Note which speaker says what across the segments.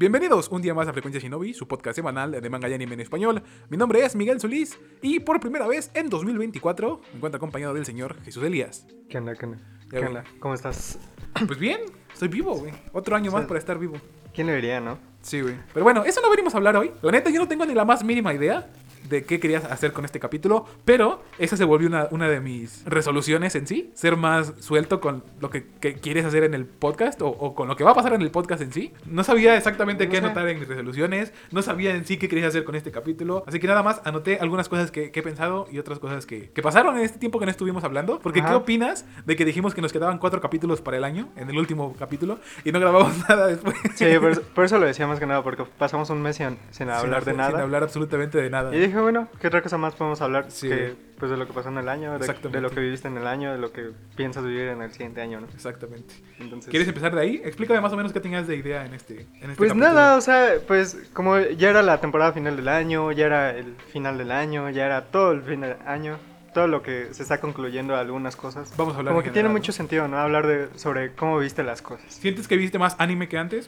Speaker 1: Bienvenidos un día más a Frecuencia Shinobi, su podcast semanal de manga y anime en español. Mi nombre es Miguel Solís y por primera vez en 2024 me encuentro acompañado del señor Jesús Elías.
Speaker 2: ¿Qué onda, qué onda?
Speaker 1: Ya,
Speaker 2: ¿Qué
Speaker 1: güey.
Speaker 2: onda? ¿Cómo estás?
Speaker 1: Pues bien, estoy vivo, güey. Otro año más para estar vivo.
Speaker 2: ¿Quién lo diría, no?
Speaker 1: Sí, güey. Pero bueno, eso no venimos a hablar hoy. La neta, yo no tengo ni la más mínima idea de qué querías hacer con este capítulo, pero esa se volvió una, una de mis resoluciones en sí, ser más suelto con lo que, que quieres hacer en el podcast o, o con lo que va a pasar en el podcast en sí. No sabía exactamente qué
Speaker 2: Ajá.
Speaker 1: anotar en mis resoluciones, no sabía en sí qué querías hacer con este capítulo, así que nada más anoté algunas cosas que, que he pensado y otras cosas que, que pasaron en este tiempo que no estuvimos hablando, porque
Speaker 2: Ajá.
Speaker 1: ¿qué opinas de que dijimos que nos quedaban cuatro capítulos para el año, en el último capítulo, y no grabamos nada después?
Speaker 2: Sí, por, por eso lo decía más que nada, porque pasamos un mes sin, sin hablar de
Speaker 1: sin
Speaker 2: nada.
Speaker 1: Sin hablar absolutamente de nada.
Speaker 2: Y dije, bueno, ¿qué otra cosa más podemos hablar?
Speaker 1: Sí.
Speaker 2: Que, pues de lo que pasó en el año, de,
Speaker 1: Exactamente.
Speaker 2: de lo que viviste en el año, de lo que piensas vivir en el siguiente año, ¿no?
Speaker 1: Exactamente.
Speaker 2: Entonces,
Speaker 1: ¿Quieres empezar de ahí? Explícame más o menos qué tenías de idea en este. En este
Speaker 2: Pues
Speaker 1: capítulo.
Speaker 2: nada, o sea, pues como ya era la temporada final del año, ya era el final del año, ya era todo el fin del año, todo lo que se está concluyendo algunas cosas.
Speaker 1: Vamos a hablar.
Speaker 2: Como
Speaker 1: en
Speaker 2: que tiene
Speaker 1: general,
Speaker 2: mucho
Speaker 1: ¿no?
Speaker 2: sentido, ¿no? Hablar de, sobre cómo viste las cosas.
Speaker 1: ¿Sientes que viste más anime que antes?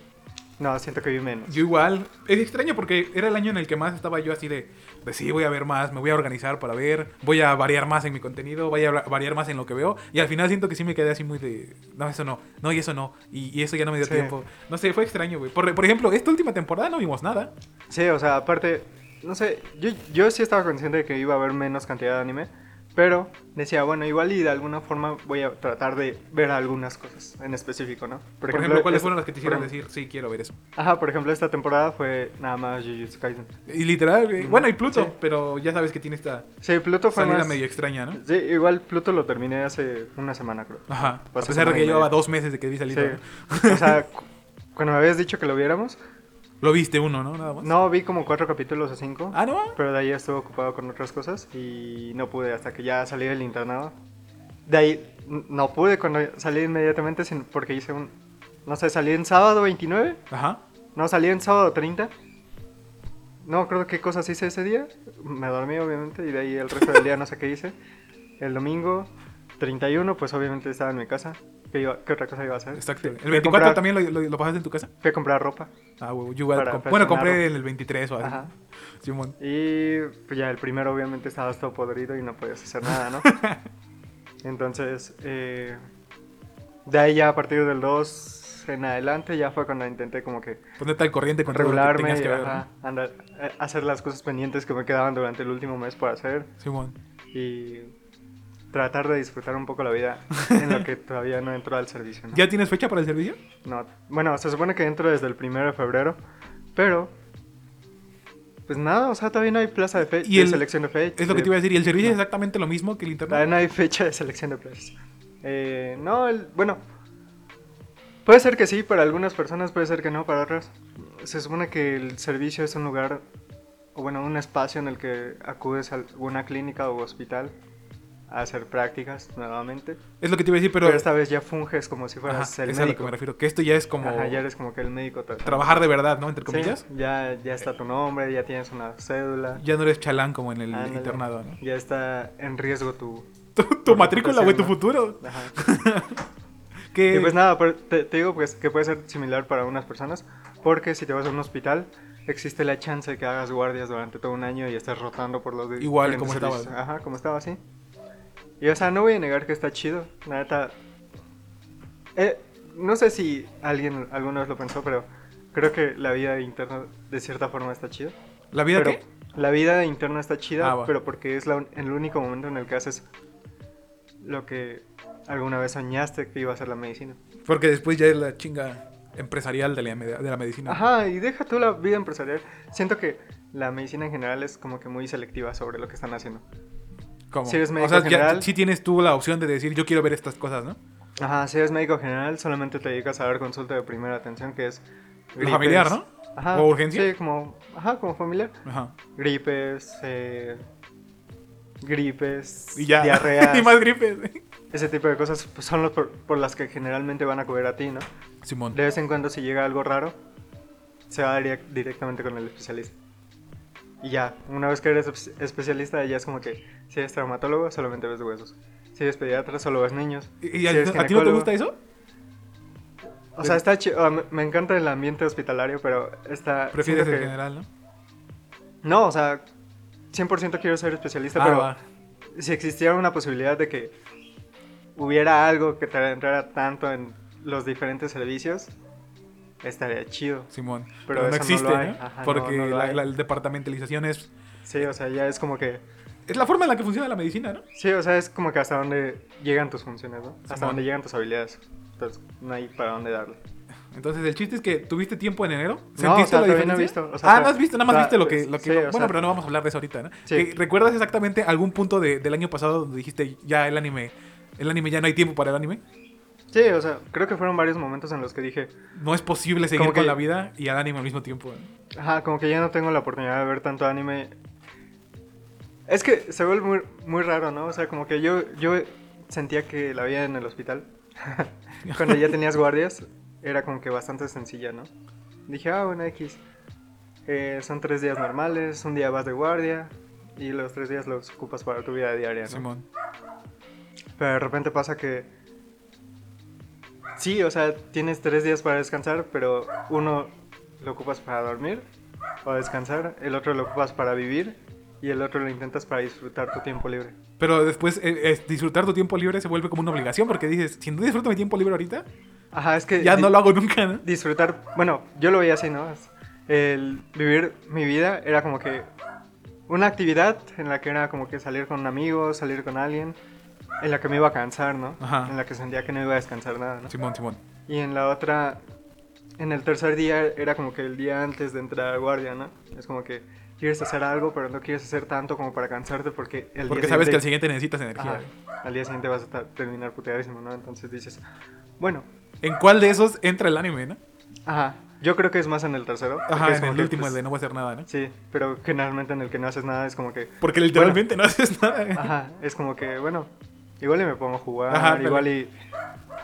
Speaker 2: No, siento que vi menos.
Speaker 1: Yo igual. Es extraño porque era el año en el que más estaba yo así de, de sí, voy a ver más, me voy a organizar para ver, voy a variar más en mi contenido, voy a va- variar más en lo que veo. Y al final siento que sí me quedé así muy de, no, eso no, no, y eso no, y, y eso ya no me dio
Speaker 2: Sí.
Speaker 1: tiempo. No sé, fue extraño, güey. Por, por ejemplo, esta última temporada no vimos nada.
Speaker 2: Sí, o sea, aparte, no sé, yo, yo sí estaba consciente de que iba a haber menos cantidad de anime, pero decía, bueno, igual y de alguna forma voy a tratar de ver algunas cosas en específico, ¿no?
Speaker 1: Por, ejemplo, ¿cuáles
Speaker 2: es-
Speaker 1: fueron las que te
Speaker 2: por
Speaker 1: hicieron
Speaker 2: ejem-
Speaker 1: decir, sí, quiero ver eso?
Speaker 2: Ajá, por ejemplo, esta temporada fue nada más Jujutsu Kaisen.
Speaker 1: Y literal, güey. Bueno, y Pluto,
Speaker 2: Sí.
Speaker 1: pero ya sabes que tiene esta
Speaker 2: Sí, Pluto fue
Speaker 1: salida
Speaker 2: más...
Speaker 1: medio extraña, ¿no?
Speaker 2: Sí, igual Pluto lo terminé hace una semana, creo.
Speaker 1: Ajá. A
Speaker 2: Pasó
Speaker 1: pesar de
Speaker 2: como
Speaker 1: que
Speaker 2: ahí
Speaker 1: llevaba
Speaker 2: medio.
Speaker 1: dos meses de que vi salir.
Speaker 2: Sí. O sea, cu- cuando me habías dicho que lo viéramos,
Speaker 1: Lo viste uno, ¿no? Nada más.
Speaker 2: no vi como cuatro capítulos o cinco.
Speaker 1: Ah, no.
Speaker 2: Pero de ahí estuve ocupado con otras cosas y no pude hasta que ya salí del internado. De ahí n- no pude cuando salí inmediatamente sin- porque hice un... No sé, salí en sábado 29.
Speaker 1: Ajá.
Speaker 2: No, salí en sábado 30. No creo qué cosas hice ese día. Me dormí obviamente y de ahí el resto del día no sé qué hice. El domingo 31 pues obviamente estaba en mi casa. ¿Qué, iba- qué otra cosa iba a hacer?
Speaker 1: Exacto.
Speaker 2: Fui-
Speaker 1: ¿El
Speaker 2: fui a
Speaker 1: 24
Speaker 2: comprar-
Speaker 1: también lo, lo- lo pasaste en tu casa?
Speaker 2: Fui a comprar ropa.
Speaker 1: Ah, güey. Yo igual
Speaker 2: Para
Speaker 1: comp- Bueno,
Speaker 2: presionarlo.
Speaker 1: compré en el 23 o algo.
Speaker 2: Ajá.
Speaker 1: Simón.
Speaker 2: Y pues ya el primero obviamente estabas todo podrido y no podías hacer nada, ¿no? Entonces, eh, de ahí ya a partir del 2 en adelante ya fue cuando intenté como que
Speaker 1: Ponerte al corriente con todo lo que
Speaker 2: regularme
Speaker 1: tenías
Speaker 2: y
Speaker 1: que ver,
Speaker 2: ajá, andar- eh, hacer las cosas pendientes que me quedaban durante el último mes por hacer
Speaker 1: ¿no? Simón.
Speaker 2: y tratar de disfrutar un poco la vida en lo que todavía no entró al servicio. ¿no?
Speaker 1: ¿Ya tienes fecha para el servicio?
Speaker 2: No, bueno, se supone que entro desde el primero de febrero, pero... Pues nada, o sea, todavía no hay plaza de, fe
Speaker 1: Y
Speaker 2: de
Speaker 1: el-
Speaker 2: selección de fechas.
Speaker 1: Es lo que te iba a decir. ¿Y el servicio
Speaker 2: No.
Speaker 1: es exactamente lo mismo que el internet?
Speaker 2: Todavía no hay fecha de selección de players. Eh, no, el- bueno. Puede ser que sí, para algunas personas, puede ser que no, para otras. Se supone que el servicio es un lugar, o bueno, un espacio en el que acudes a alguna clínica o hospital a hacer prácticas nuevamente.
Speaker 1: Es lo que te iba a decir, pero.
Speaker 2: Pero, esta vez ya funges como si
Speaker 1: Ajá,
Speaker 2: fueras
Speaker 1: es
Speaker 2: el
Speaker 1: a lo que
Speaker 2: médico.
Speaker 1: me refiero. Que esto ya es como.
Speaker 2: Ajá, ya eres como que el médico. tal.
Speaker 1: Trabajar de verdad, ¿no? Entre
Speaker 2: Sí,
Speaker 1: comillas.
Speaker 2: ya, ya está tu nombre, ya tienes una cédula.
Speaker 1: Ya no eres chalán como en el
Speaker 2: Ándale.
Speaker 1: internado, ¿no?
Speaker 2: Ya está en riesgo tu...
Speaker 1: Tu, tu matrícula, güey, tu
Speaker 2: ¿no?
Speaker 1: futuro.
Speaker 2: Ajá.
Speaker 1: Que
Speaker 2: Y pues nada, pero te, te digo pues, que puede ser similar para unas personas, porque si te vas a un hospital, existe la chance de que hagas guardias durante todo un año y estás rotando por los de-
Speaker 1: Igual
Speaker 2: diferentes
Speaker 1: como
Speaker 2: servicios.
Speaker 1: estaba.
Speaker 2: Ajá, como estaba así. Y o sea, no voy a negar que está chido, la neta. Eh, no sé si alguien alguna vez lo pensó, pero creo que la vida interna de cierta forma está chida.
Speaker 1: ¿La vida
Speaker 2: Pero
Speaker 1: qué?
Speaker 2: La vida interna está chida,
Speaker 1: Ah, va.
Speaker 2: pero porque es la un- el único momento en el que haces lo que alguna vez soñaste que iba a ser la medicina.
Speaker 1: Porque después ya es la chinga empresarial de la, med- de la medicina.
Speaker 2: Ajá, y deja tú la vida empresarial. Siento que la medicina en general es como que muy selectiva sobre lo que están haciendo.
Speaker 1: ¿Cómo?
Speaker 2: si eres
Speaker 1: o
Speaker 2: médico
Speaker 1: sea, ya,
Speaker 2: general-
Speaker 1: sí tienes tú la opción de decir, yo quiero ver estas cosas, ¿no?
Speaker 2: Ajá, si eres médico general, solamente te dedicas a dar consulta de primera atención, que es... gripes.
Speaker 1: familiar, ¿no?
Speaker 2: Ajá.
Speaker 1: ¿O urgencia?
Speaker 2: Sí, como, ajá, como familiar.
Speaker 1: Ajá.
Speaker 2: Gripes, eh, gripes,
Speaker 1: Y ya.
Speaker 2: diarreas,
Speaker 1: y más gripes.
Speaker 2: ese tipo de cosas pues, son los por, por las que generalmente van a cubrir a ti, ¿no?
Speaker 1: Simón.
Speaker 2: De vez en cuando si llega algo raro, se va direc- directamente con el especialista. Y ya, una vez que eres espe- especialista, ya es como que si eres traumatólogo, solamente ves huesos. Si eres pediatra, solo ves niños.
Speaker 1: ¿Y, y
Speaker 2: Si
Speaker 1: a,
Speaker 2: eres
Speaker 1: a ti no te
Speaker 2: ginecólogo,
Speaker 1: gusta eso?
Speaker 2: O sea, está chido. me, me encanta el ambiente hospitalario, pero está.
Speaker 1: Prefieres
Speaker 2: siento
Speaker 1: en
Speaker 2: que-
Speaker 1: general, ¿no?
Speaker 2: No, o sea, 100% quiero ser especialista,
Speaker 1: Ah,
Speaker 2: pero
Speaker 1: va.
Speaker 2: si existiera una posibilidad de que hubiera algo que te adentrara tanto en los diferentes servicios, estaría chido.
Speaker 1: Simón.
Speaker 2: Pero
Speaker 1: Pero, no
Speaker 2: eso no
Speaker 1: existe,
Speaker 2: lo hay.
Speaker 1: ¿no?
Speaker 2: Ajá, no,
Speaker 1: Porque
Speaker 2: no lo
Speaker 1: la,
Speaker 2: hay.
Speaker 1: la departamentalización es,
Speaker 2: Sí, o sea, ya es como que.
Speaker 1: es la forma en la que funciona la medicina, ¿no?
Speaker 2: Sí, o sea, es como que hasta dónde llegan tus funciones, ¿no? Hasta
Speaker 1: Simón.
Speaker 2: dónde llegan tus habilidades. Entonces, no hay para dónde darle.
Speaker 1: Entonces el chiste es que tuviste tiempo en enero. ¿Sentiste
Speaker 2: No, o sea,
Speaker 1: la
Speaker 2: todavía
Speaker 1: diferencia?
Speaker 2: no he visto, o sea,
Speaker 1: ah, no
Speaker 2: pero-
Speaker 1: has visto, nada más
Speaker 2: o sea,
Speaker 1: viste lo que... Lo que
Speaker 2: sí, o
Speaker 1: bueno,
Speaker 2: sea-
Speaker 1: pero no vamos a hablar de eso ahorita, ¿no?
Speaker 2: Sí.
Speaker 1: Que, ¿Recuerdas exactamente algún punto de- del año pasado donde dijiste ya el anime, el anime ya no hay tiempo para el anime?
Speaker 2: Sí, o sea, creo que fueron varios momentos en los que dije,
Speaker 1: No es posible seguir
Speaker 2: Como
Speaker 1: con
Speaker 2: que-
Speaker 1: la vida y al anime al mismo tiempo. ¿no?
Speaker 2: ajá, como que ya no tengo la oportunidad de ver tanto anime. Es que se vuelve muy, muy raro, ¿no? O sea, como que yo, yo sentía que la vida en el hospital, cuando ya tenías guardias, era como que bastante sencilla, ¿no? Dije, ah, bueno, X. Eh, son tres días normales, un día vas de guardia y los tres días los ocupas para tu vida diaria, ¿no?
Speaker 1: Simón.
Speaker 2: Pero de repente pasa que. Sí, o sea, tienes tres días para descansar, pero uno lo ocupas para dormir o descansar, el otro lo ocupas para vivir y el otro lo intentas para disfrutar tu tiempo libre.
Speaker 1: Pero después eh, es- disfrutar tu tiempo libre se vuelve como una obligación porque dices, si no disfruto mi tiempo libre ahorita,
Speaker 2: Ajá, es que.
Speaker 1: ya
Speaker 2: di-
Speaker 1: no lo hago nunca, ¿no?
Speaker 2: Disfrutar. Bueno, yo lo veía así, ¿no? El vivir mi vida era como que. Una actividad en la que era como que salir con amigos, salir con alguien, en la que me iba a cansar, ¿no?
Speaker 1: Ajá.
Speaker 2: En la que sentía que no iba a descansar nada, ¿no?
Speaker 1: Simón, Simón.
Speaker 2: Y en la otra, en el tercer día era como que el día antes de entrar a guardia, ¿no? Es como que quieres hacer algo, pero no quieres hacer tanto como para cansarte porque el
Speaker 1: Porque
Speaker 2: día
Speaker 1: sabes que al
Speaker 2: siguiente...
Speaker 1: siguiente necesitas energía.
Speaker 2: Ajá, al día siguiente vas a estar- terminar puteadísimo, ¿no? Entonces dices, bueno,
Speaker 1: ¿En cuál de esos entra el anime, no?
Speaker 2: ajá, yo creo que es más en el tercero. porque
Speaker 1: Ajá,
Speaker 2: es
Speaker 1: en
Speaker 2: como
Speaker 1: el
Speaker 2: que,
Speaker 1: último,
Speaker 2: pues,
Speaker 1: el de no voy a hacer nada, ¿no?
Speaker 2: Sí, pero generalmente en el que no haces nada es como que,
Speaker 1: Porque literalmente no haces nada. ¿eh?
Speaker 2: ajá, es como que, bueno, igual y me pongo a jugar,
Speaker 1: Ajá, pero-
Speaker 2: igual y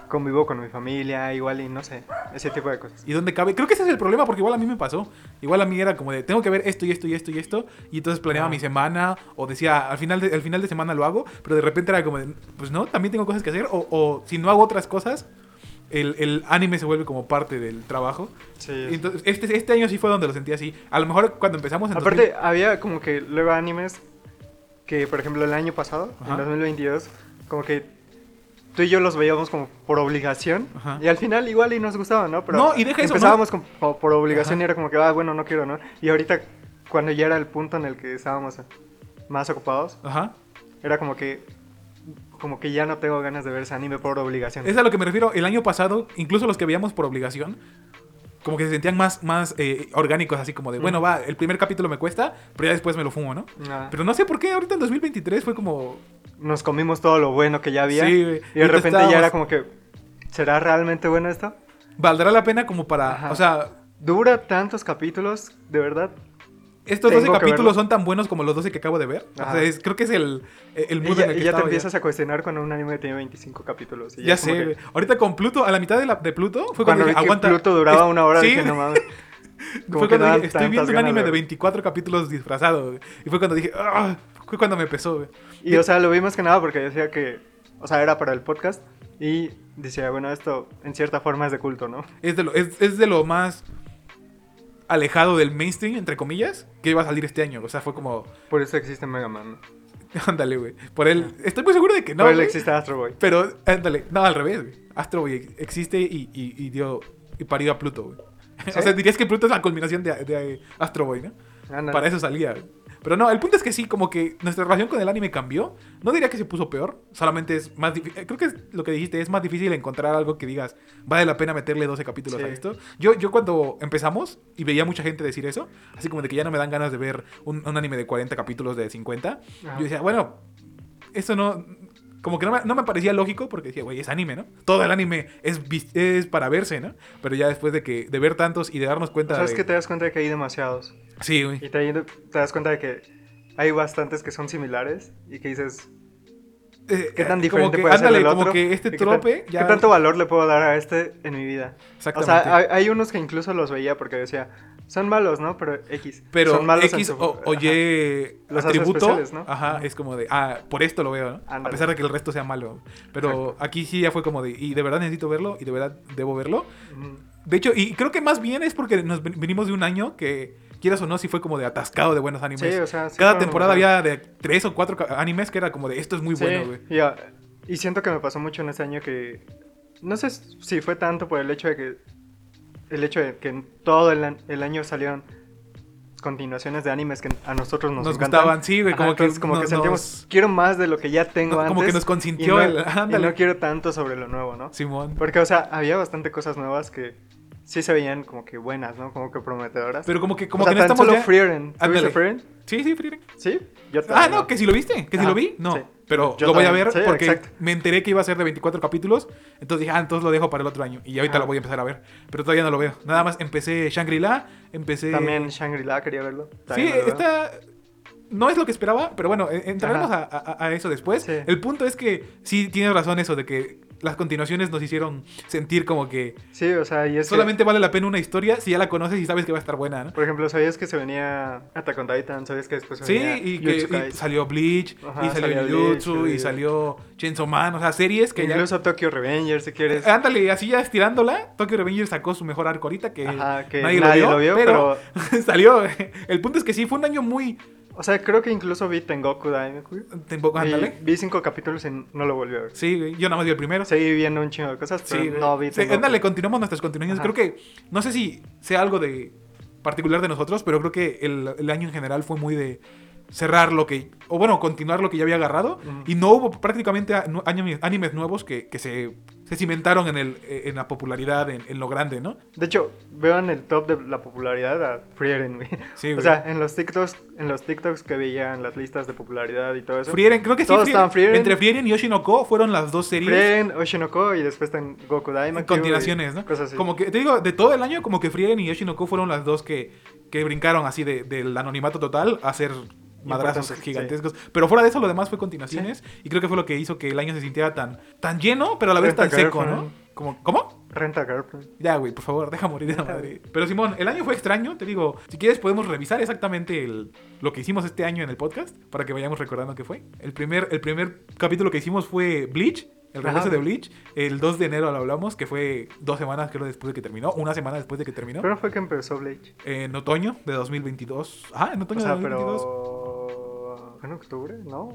Speaker 2: convivo con mi familia, igual y no sé, ese tipo de cosas.
Speaker 1: ¿Y dónde cabe? Creo que ese es el problema, porque igual a mí me pasó. Igual a mí era como de, tengo que ver esto y esto y esto y esto. Y entonces planeaba
Speaker 2: Ah.
Speaker 1: mi semana, o decía, al final, de, al final de semana lo hago, pero de repente era como de, pues no, también tengo cosas que hacer. O, o si no hago otras cosas, el, el anime se vuelve como parte del trabajo.
Speaker 2: Sí,
Speaker 1: Y Entonces, este, este año sí fue donde lo sentí así. A lo mejor cuando empezamos en
Speaker 2: Aparte, había como que luego animes que, por ejemplo, el año pasado,
Speaker 1: Ajá.
Speaker 2: en 2022, como que tú y yo los veíamos como por obligación.
Speaker 1: Ajá.
Speaker 2: Y al final igual y nos gustaba, ¿no? Pero
Speaker 1: No, y deja eso,
Speaker 2: Empezábamos como- como por obligación
Speaker 1: Ajá.
Speaker 2: y era como que, ah, bueno, no quiero, ¿no? Y ahorita, cuando ya era el punto en el que estábamos más ocupados,
Speaker 1: 2000 Ajá.
Speaker 2: era como que como que ya no tengo ganas de ver ese anime por obligación.
Speaker 1: Es a lo que me refiero. El año pasado, incluso los que veíamos por obligación, como que se sentían más, más eh, orgánicos, así como de, bueno, va, el primer capítulo me cuesta, pero ya después me lo fumo, ¿no?
Speaker 2: Ah,
Speaker 1: Pero no sé por qué ahorita en 2023 fue como...
Speaker 2: Nos comimos todo lo bueno que ya había
Speaker 1: Sí, güey.
Speaker 2: y de
Speaker 1: Ahorita
Speaker 2: repente ya
Speaker 1: estábamos-
Speaker 2: era como que, ¿será realmente bueno esto?
Speaker 1: ¿Valdrá la pena como para...
Speaker 2: Ajá.
Speaker 1: O sea,
Speaker 2: Dura tantos capítulos, de verdad.
Speaker 1: estos
Speaker 2: Tengo
Speaker 1: 12
Speaker 2: que verlo.
Speaker 1: capítulos son tan buenos como los 12 que acabo de ver. O
Speaker 2: Ajá.
Speaker 1: sea, es- creo que es el, eh, el
Speaker 2: Y
Speaker 1: mood
Speaker 2: ya,
Speaker 1: en el
Speaker 2: y
Speaker 1: que
Speaker 2: ya te
Speaker 1: estaba
Speaker 2: empiezas a cuestionar cuando un anime tiene 25 capítulos. y
Speaker 1: Ya
Speaker 2: es como
Speaker 1: sé,
Speaker 2: que-
Speaker 1: güey. Ahorita con Pluto, a la mitad de, la, de Pluto, fue cuando,
Speaker 2: cuando vi
Speaker 1: dije,
Speaker 2: que
Speaker 1: aguanta.
Speaker 2: Pluto duraba una hora,
Speaker 1: Sí,
Speaker 2: dije, no mames. como
Speaker 1: fue
Speaker 2: que
Speaker 1: cuando
Speaker 2: daban
Speaker 1: dije, estoy
Speaker 2: tantas
Speaker 1: viendo un
Speaker 2: ganas
Speaker 1: anime
Speaker 2: de
Speaker 1: de
Speaker 2: ver".
Speaker 1: 24 capítulos disfrazado. güey. Y fue cuando dije, "Ah", fue cuando me empezó, güey.
Speaker 2: Y o sea, lo vi más que nada porque decía que, o sea, era para el podcast y decía, bueno, esto en cierta forma es de culto, ¿no?
Speaker 1: Es de lo, es, es de lo más alejado del mainstream, entre comillas, que iba a salir este año. O sea, fue como,
Speaker 2: Por eso existe Mega Man. ¿no?
Speaker 1: ándale, güey. Por él, estoy muy seguro de que no.
Speaker 2: Ah. Por él
Speaker 1: güey.
Speaker 2: existe Astro Boy.
Speaker 1: Pero, ándale, no, al revés, güey. Astro Boy ex- existe y, y- y dio y parió a Pluto, güey.
Speaker 2: ¿Sí?
Speaker 1: O sea, dirías que Pluto es la culminación de, de Astro Boy, ¿no?
Speaker 2: Ándale.
Speaker 1: Para eso salía, güey. Pero no, el punto es que sí, como que nuestra relación con el anime cambió. No diría que se puso peor, solamente es más difícil. Creo que es lo que dijiste, es más difícil encontrar algo que digas, vale la pena meterle 12 capítulos
Speaker 2: Sí.
Speaker 1: a esto. Yo, yo cuando empezamos y veía mucha gente decir eso, así como de que ya no me dan ganas de ver un, un anime de 40 capítulos de 50,
Speaker 2: Ajá.
Speaker 1: yo decía, bueno, eso no. Como que no me, no me parecía lógico porque decía, güey, es anime, ¿no? Todo el anime es, vis- es para verse, ¿no? Pero ya después de que de ver tantos y de darnos cuenta
Speaker 2: ¿Sabes
Speaker 1: de-
Speaker 2: que te das cuenta de que hay demasiados?
Speaker 1: Sí, güey.
Speaker 2: Y te, te das cuenta de que hay bastantes que son similares y que dices,
Speaker 1: Eh,
Speaker 2: ¿qué tan
Speaker 1: eh,
Speaker 2: diferente
Speaker 1: como que,
Speaker 2: puede
Speaker 1: ándale,
Speaker 2: ser el otro?
Speaker 1: como que este
Speaker 2: ¿Y qué tan-
Speaker 1: trope
Speaker 2: ¿Qué
Speaker 1: ya...
Speaker 2: tanto valor le puedo dar a este en mi vida? O
Speaker 1: Exactamente.
Speaker 2: sea, hay, hay unos que incluso los veía porque decía, Son malos, ¿no? Pero X.
Speaker 1: Pero
Speaker 2: Son malos en
Speaker 1: X
Speaker 2: su-
Speaker 1: o, o
Speaker 2: ajá.
Speaker 1: Y
Speaker 2: Los hace
Speaker 1: atributo,
Speaker 2: especiales, ¿no?
Speaker 1: ajá, es como de, ah, por esto lo veo, ¿no?
Speaker 2: Ándale.
Speaker 1: A pesar de que el resto sea malo. Pero aquí sí ya fue como de, y de verdad necesito verlo, y de verdad debo verlo.
Speaker 2: Ujú.
Speaker 1: De hecho, y creo que más bien es porque nos ven- venimos de un año que, quieras o no, sí fue como de atascado de buenos animes.
Speaker 2: Sí, o sea, sí
Speaker 1: pues, Cada
Speaker 2: fueron
Speaker 1: temporada
Speaker 2: buenos.
Speaker 1: había de tres o cuatro ca- animes que era como de, esto es muy
Speaker 2: Sí,
Speaker 1: bueno, güey.
Speaker 2: y, ah, y siento que me pasó mucho en este año que. No sé si fue tanto por el hecho de que. El hecho de que en todo el, an- el año salieron continuaciones de animes que a nosotros nos,
Speaker 1: Nos
Speaker 2: encantan.
Speaker 1: gustaban, sí, güey,
Speaker 2: Ajá,
Speaker 1: como que
Speaker 2: entonces como que
Speaker 1: nos-
Speaker 2: sentimos,
Speaker 1: nos-
Speaker 2: quiero más de lo que ya tengo
Speaker 1: No,
Speaker 2: antes.
Speaker 1: como que nos consintió
Speaker 2: y
Speaker 1: el-
Speaker 2: no,
Speaker 1: ándale.
Speaker 2: Y no quiero tanto sobre lo nuevo, ¿no?
Speaker 1: Simón.
Speaker 2: Porque, o sea, había bastante cosas nuevas que sí se veían como que buenas, ¿no? Como que prometedoras.
Speaker 1: Pero como que, como
Speaker 2: o sea,
Speaker 1: que no
Speaker 2: tan
Speaker 1: estamos
Speaker 2: solo
Speaker 1: ya-
Speaker 2: Frieren. ¿Tú viste
Speaker 1: Ándale.
Speaker 2: Frieren?
Speaker 1: Sí, sí, Frieren.
Speaker 2: ¿Sí? Yo
Speaker 1: Ah,
Speaker 2: también,
Speaker 1: no, que si lo viste, que si
Speaker 2: Ajá,
Speaker 1: lo vi, no.
Speaker 2: sí.
Speaker 1: Pero
Speaker 2: Yo
Speaker 1: lo voy a
Speaker 2: también,
Speaker 1: ver
Speaker 2: sí,
Speaker 1: porque
Speaker 2: exacto.
Speaker 1: me enteré que iba a ser de 24 capítulos. Entonces dije, ah, entonces lo dejo para el otro año. Y ahorita
Speaker 2: Ah.
Speaker 1: lo voy a empezar a ver. Pero todavía no lo veo. Nada más empecé Shangri-La, empecé.
Speaker 2: También Shangri-La quería verlo.
Speaker 1: Sí,
Speaker 2: También lo veo.
Speaker 1: está. No es lo que esperaba, pero bueno, en- entraremos a,
Speaker 2: Ajá.
Speaker 1: a- a eso después.
Speaker 2: Sí.
Speaker 1: El punto es que sí tienes razón eso de que las continuaciones nos hicieron sentir como que
Speaker 2: Sí, o sea, y es que,
Speaker 1: solamente vale la pena una historia si ya la conoces y sabes que va a estar buena, ¿no?
Speaker 2: por ejemplo, sabías que se venía Attack on Titan, sabías que después se
Speaker 1: Sí,
Speaker 2: venía
Speaker 1: y que
Speaker 2: Jujutsu
Speaker 1: y
Speaker 2: Kaisen?
Speaker 1: salió Bleach,
Speaker 2: Ajá,
Speaker 1: y salió
Speaker 2: salió
Speaker 1: Jujutsu,
Speaker 2: Bleach,
Speaker 1: y
Speaker 2: sí.
Speaker 1: salió Chainsaw Man, o sea, series que Ah,
Speaker 2: Incluso Tokyo Revengers, si quieres.
Speaker 1: ya... Ándale, así ya estirándola, Tokyo Revengers sacó su mejor arco ahorita que,
Speaker 2: Ajá, que
Speaker 1: nadie, lo vio, pero, salió. El punto es que sí, fue un año muy...
Speaker 2: O sea, creo que incluso vi Tengoku Daimyoku.
Speaker 1: Tampoco-
Speaker 2: Y
Speaker 1: Ándale.
Speaker 2: Vi cinco capítulos y no lo volví a ver.
Speaker 1: Sí, güey, yo nada más vi el primero.
Speaker 2: Seguí viendo un chingo de cosas, pero
Speaker 1: Sí,
Speaker 2: no vi
Speaker 1: sí,
Speaker 2: Tengoku.
Speaker 1: ándale, continuamos nuestras continuaciones.
Speaker 2: Ajá.
Speaker 1: Creo que, no sé si sea algo de particular de nosotros, pero creo que el, el año en general fue muy de cerrar lo que, o bueno, continuar lo que ya había agarrado.
Speaker 2: Ujú.
Speaker 1: Y no hubo prácticamente a- nu- anime- animes nuevos que, que se, se cimentaron en, el, eh, en la popularidad, en, en lo grande, ¿no?
Speaker 2: De hecho, veo en el top de la popularidad a Frieren, güey.
Speaker 1: Sí,
Speaker 2: o
Speaker 1: güey.
Speaker 2: sea, en los TikToks, en los TikToks que veían las listas de popularidad y todo eso.
Speaker 1: Frieren, creo que sí.
Speaker 2: Todos estaban Frieren.
Speaker 1: Entre Frieren y Oshinoko fueron las dos series.
Speaker 2: Frieren, Oshinoko y después Tengoku Daimyoku. y
Speaker 1: continuaciones, ¿no?
Speaker 2: Cosas así.
Speaker 1: Como que, te digo, de todo el año, como que Frieren y Yoshinoko fueron las dos que, que brincaron así de- del anonimato total a ser madrazos
Speaker 2: Importantes,
Speaker 1: gigantescos. Pero fuera de eso, lo demás fue continuaciones. Y creo que fue lo que hizo que el año se sintiera tan, tan lleno, pero a la vez
Speaker 2: Renta
Speaker 1: tan seco, ¿no?
Speaker 2: Girlfriend.
Speaker 1: Como, ¿Cómo?
Speaker 2: Renta Girlfriend.
Speaker 1: Ya, güey, por favor, deja morir de la madre. Pero Simón, el año fue extraño, te digo, si quieres podemos revisar exactamente el- lo que hicimos este año en el podcast para que vayamos recordando qué fue. El primer, el primer capítulo que hicimos fue Bleach, el
Speaker 2: Ajá,
Speaker 1: regreso de
Speaker 2: güey.
Speaker 1: Bleach. El 2 de enero lo hablamos, que fue dos semanas creo después de que terminó, una semana después de que terminó.
Speaker 2: ¿Cuándo fue que empezó Blake?
Speaker 1: En otoño de 2022. Ah, en
Speaker 2: O
Speaker 1: otoño
Speaker 2: sea,
Speaker 1: de 2022.
Speaker 2: pero... ¿Fue en octubre? ¿No?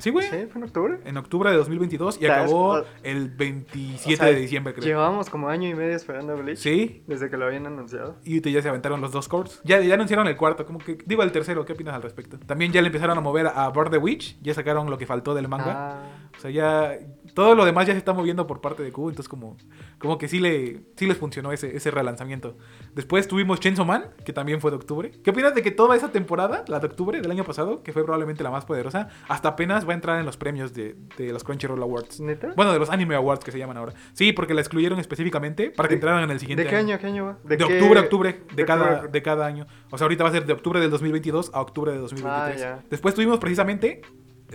Speaker 1: Sí, güey.
Speaker 2: Sí, fue en octubre.
Speaker 1: En octubre de 2022 y
Speaker 2: O sea, es-
Speaker 1: acabó
Speaker 2: o-
Speaker 1: el 27
Speaker 2: O sea,
Speaker 1: de diciembre, creo.
Speaker 2: Llevamos como año y medio esperando a Blake.
Speaker 1: Sí,
Speaker 2: Desde que lo habían anunciado.
Speaker 1: Y ya se aventaron los dos cores. Ya, ya anunciaron el cuarto, como que digo el tercero, ¿qué opinas al respecto? También ya le empezaron a mover a Bird the Witch, ya sacaron lo que faltó del manga.
Speaker 2: Ah,
Speaker 1: O sea, ya todo lo demás ya se está moviendo por parte de Q, entonces como, como que sí, le, sí les funcionó ese, ese relanzamiento. Después tuvimos Chainsaw Man, que también fue de octubre. ¿Qué opinas de que toda esa temporada, la de octubre del año pasado, que fue probablemente la más poderosa, hasta apenas va a entrar en los premios de, de los Crunchyroll Awards?
Speaker 2: ¿Neta?
Speaker 1: Bueno, de los Anime Awards que se llaman ahora. Sí, porque la excluyeron específicamente para que
Speaker 2: ¿De-
Speaker 1: entraran en el siguiente
Speaker 2: ¿De qué año, qué año va?
Speaker 1: de,
Speaker 2: qué-
Speaker 1: octubre a octubre de, cada,
Speaker 2: octubre a-
Speaker 1: de cada año. O sea, ahorita va a ser de octubre del 2022 a octubre de 2023.
Speaker 2: Ah, ya.
Speaker 1: Después tuvimos precisamente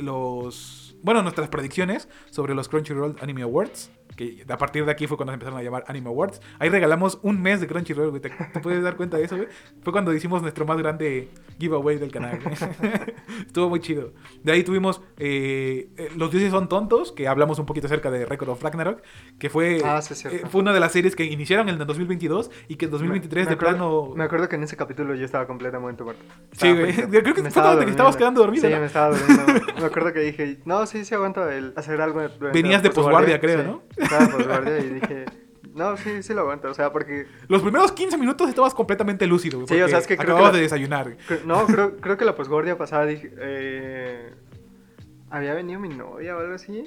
Speaker 1: los. Bueno, nuestras predicciones sobre los Crunchyroll Anime Awards. Que a partir de aquí fue cuando se empezaron a llamar Anime Awards. Ahí regalamos un mes de Crunchyroll, güey. ¿Te, te puedes dar cuenta de eso, güey? Fue cuando hicimos nuestro más grande giveaway del canal. güey. Estuvo muy chido. De ahí tuvimos eh, eh, Los dioses son tontos, que hablamos un poquito acerca de Record of Ragnarok, que fue,
Speaker 2: Ah, sí, es cierto.
Speaker 1: eh, fue una de las series que iniciaron en el 2022 y que en 2023 de
Speaker 2: Me- me acuerdo-
Speaker 1: plano...
Speaker 2: Me acuerdo que en ese capítulo yo estaba completamente muerto.
Speaker 1: Sí, güey.
Speaker 2: frito.
Speaker 1: Creo que
Speaker 2: Me
Speaker 1: fue cuando te estabas quedando dormido,
Speaker 2: Sí,
Speaker 1: ¿no?
Speaker 2: me estaba durmiendo. me acuerdo que dije, no, sí, sí aguanto el hacer algo. durante
Speaker 1: Venías
Speaker 2: la
Speaker 1: de posguardia, creo,
Speaker 2: sí.
Speaker 1: ¿no?
Speaker 2: Estaba de posguardia y dije, no, sí, sí lo aguanto. O sea, porque.
Speaker 1: Los primeros 15 minutos estabas completamente lúcido, güey.
Speaker 2: Sí, o
Speaker 1: porque
Speaker 2: sea, es que creo
Speaker 1: acababas
Speaker 2: que la-
Speaker 1: de desayunar. güey.
Speaker 2: cre- No, creo, creo que la posguardia pasada dije. eh, había venido mi novia o algo así.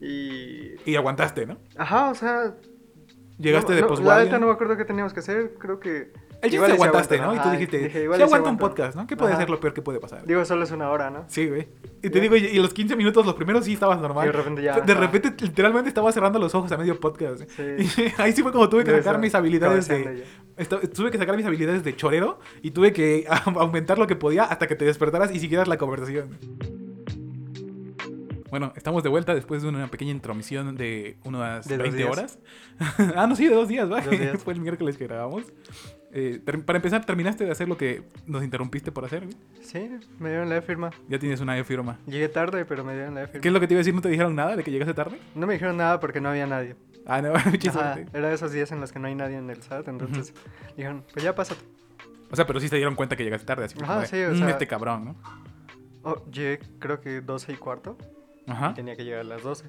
Speaker 2: Y.
Speaker 1: Y aguantaste, ¿no?
Speaker 2: Ajá, o sea.
Speaker 1: Llegaste
Speaker 2: no-
Speaker 1: de
Speaker 2: no, La
Speaker 1: posguardia.
Speaker 2: neta no me acuerdo qué teníamos que hacer. Creo que.
Speaker 1: El chiste
Speaker 2: igual
Speaker 1: te
Speaker 2: y sí
Speaker 1: aguantaste, ¿no?
Speaker 2: aguanto,
Speaker 1: Y tú
Speaker 2: Ajá,
Speaker 1: dijiste,
Speaker 2: dije,
Speaker 1: si
Speaker 2: igual y sí
Speaker 1: aguanto un
Speaker 2: aguanto".
Speaker 1: podcast, ¿no? ¿Qué puede
Speaker 2: Ajá.
Speaker 1: ser lo peor que puede pasar?
Speaker 2: Digo, solo es una hora, ¿no?
Speaker 1: Sí, güey. Y te
Speaker 2: Ya.
Speaker 1: digo, y- y los 15 minutos, los primeros sí estabas normal.
Speaker 2: Y de repente ya,
Speaker 1: De
Speaker 2: ajá.
Speaker 1: repente, literalmente estaba cerrando los ojos a medio podcast.
Speaker 2: Sí.
Speaker 1: Y ahí sí fue como tuve que
Speaker 2: De
Speaker 1: sacar
Speaker 2: esa-
Speaker 1: mis habilidades
Speaker 2: cabeceando
Speaker 1: de. esta- Tuve que sacar mis habilidades de chorero y tuve que a- aumentar lo que podía hasta que te despertaras y siguieras la conversación. Bueno, estamos de vuelta después de una pequeña intromisión de unas
Speaker 2: De dos
Speaker 1: 20
Speaker 2: días.
Speaker 1: horas. ah, no, sí, de dos días, ¿va?
Speaker 2: Dos días.
Speaker 1: Fue el miércoles que grabamos. Eh, ter- para empezar, ¿terminaste de hacer lo que nos interrumpiste por hacer? güey?
Speaker 2: Sí, me dieron la firma.
Speaker 1: Ya tienes una firma.
Speaker 2: Llegué tarde, pero me dieron la firma.
Speaker 1: ¿Qué es lo que te iba a decir? ¿No te dijeron nada de que llegaste tarde?
Speaker 2: No me dijeron nada porque no había nadie.
Speaker 1: Ah, no, mucha
Speaker 2: Ajá,
Speaker 1: suerte.
Speaker 2: era de esos días en los que no hay nadie en el SAT, entonces dijeron, pues ya pásate.
Speaker 1: O sea, pero sí se dieron cuenta que llegaste tarde. Así como
Speaker 2: Ajá,
Speaker 1: de,
Speaker 2: sí, o
Speaker 1: "Mm,
Speaker 2: sea-
Speaker 1: Este cabrón, ¿no?
Speaker 2: Oh, llegué creo que 12 y cuarto,
Speaker 1: Ajá.
Speaker 2: tenía que llegar a las 12.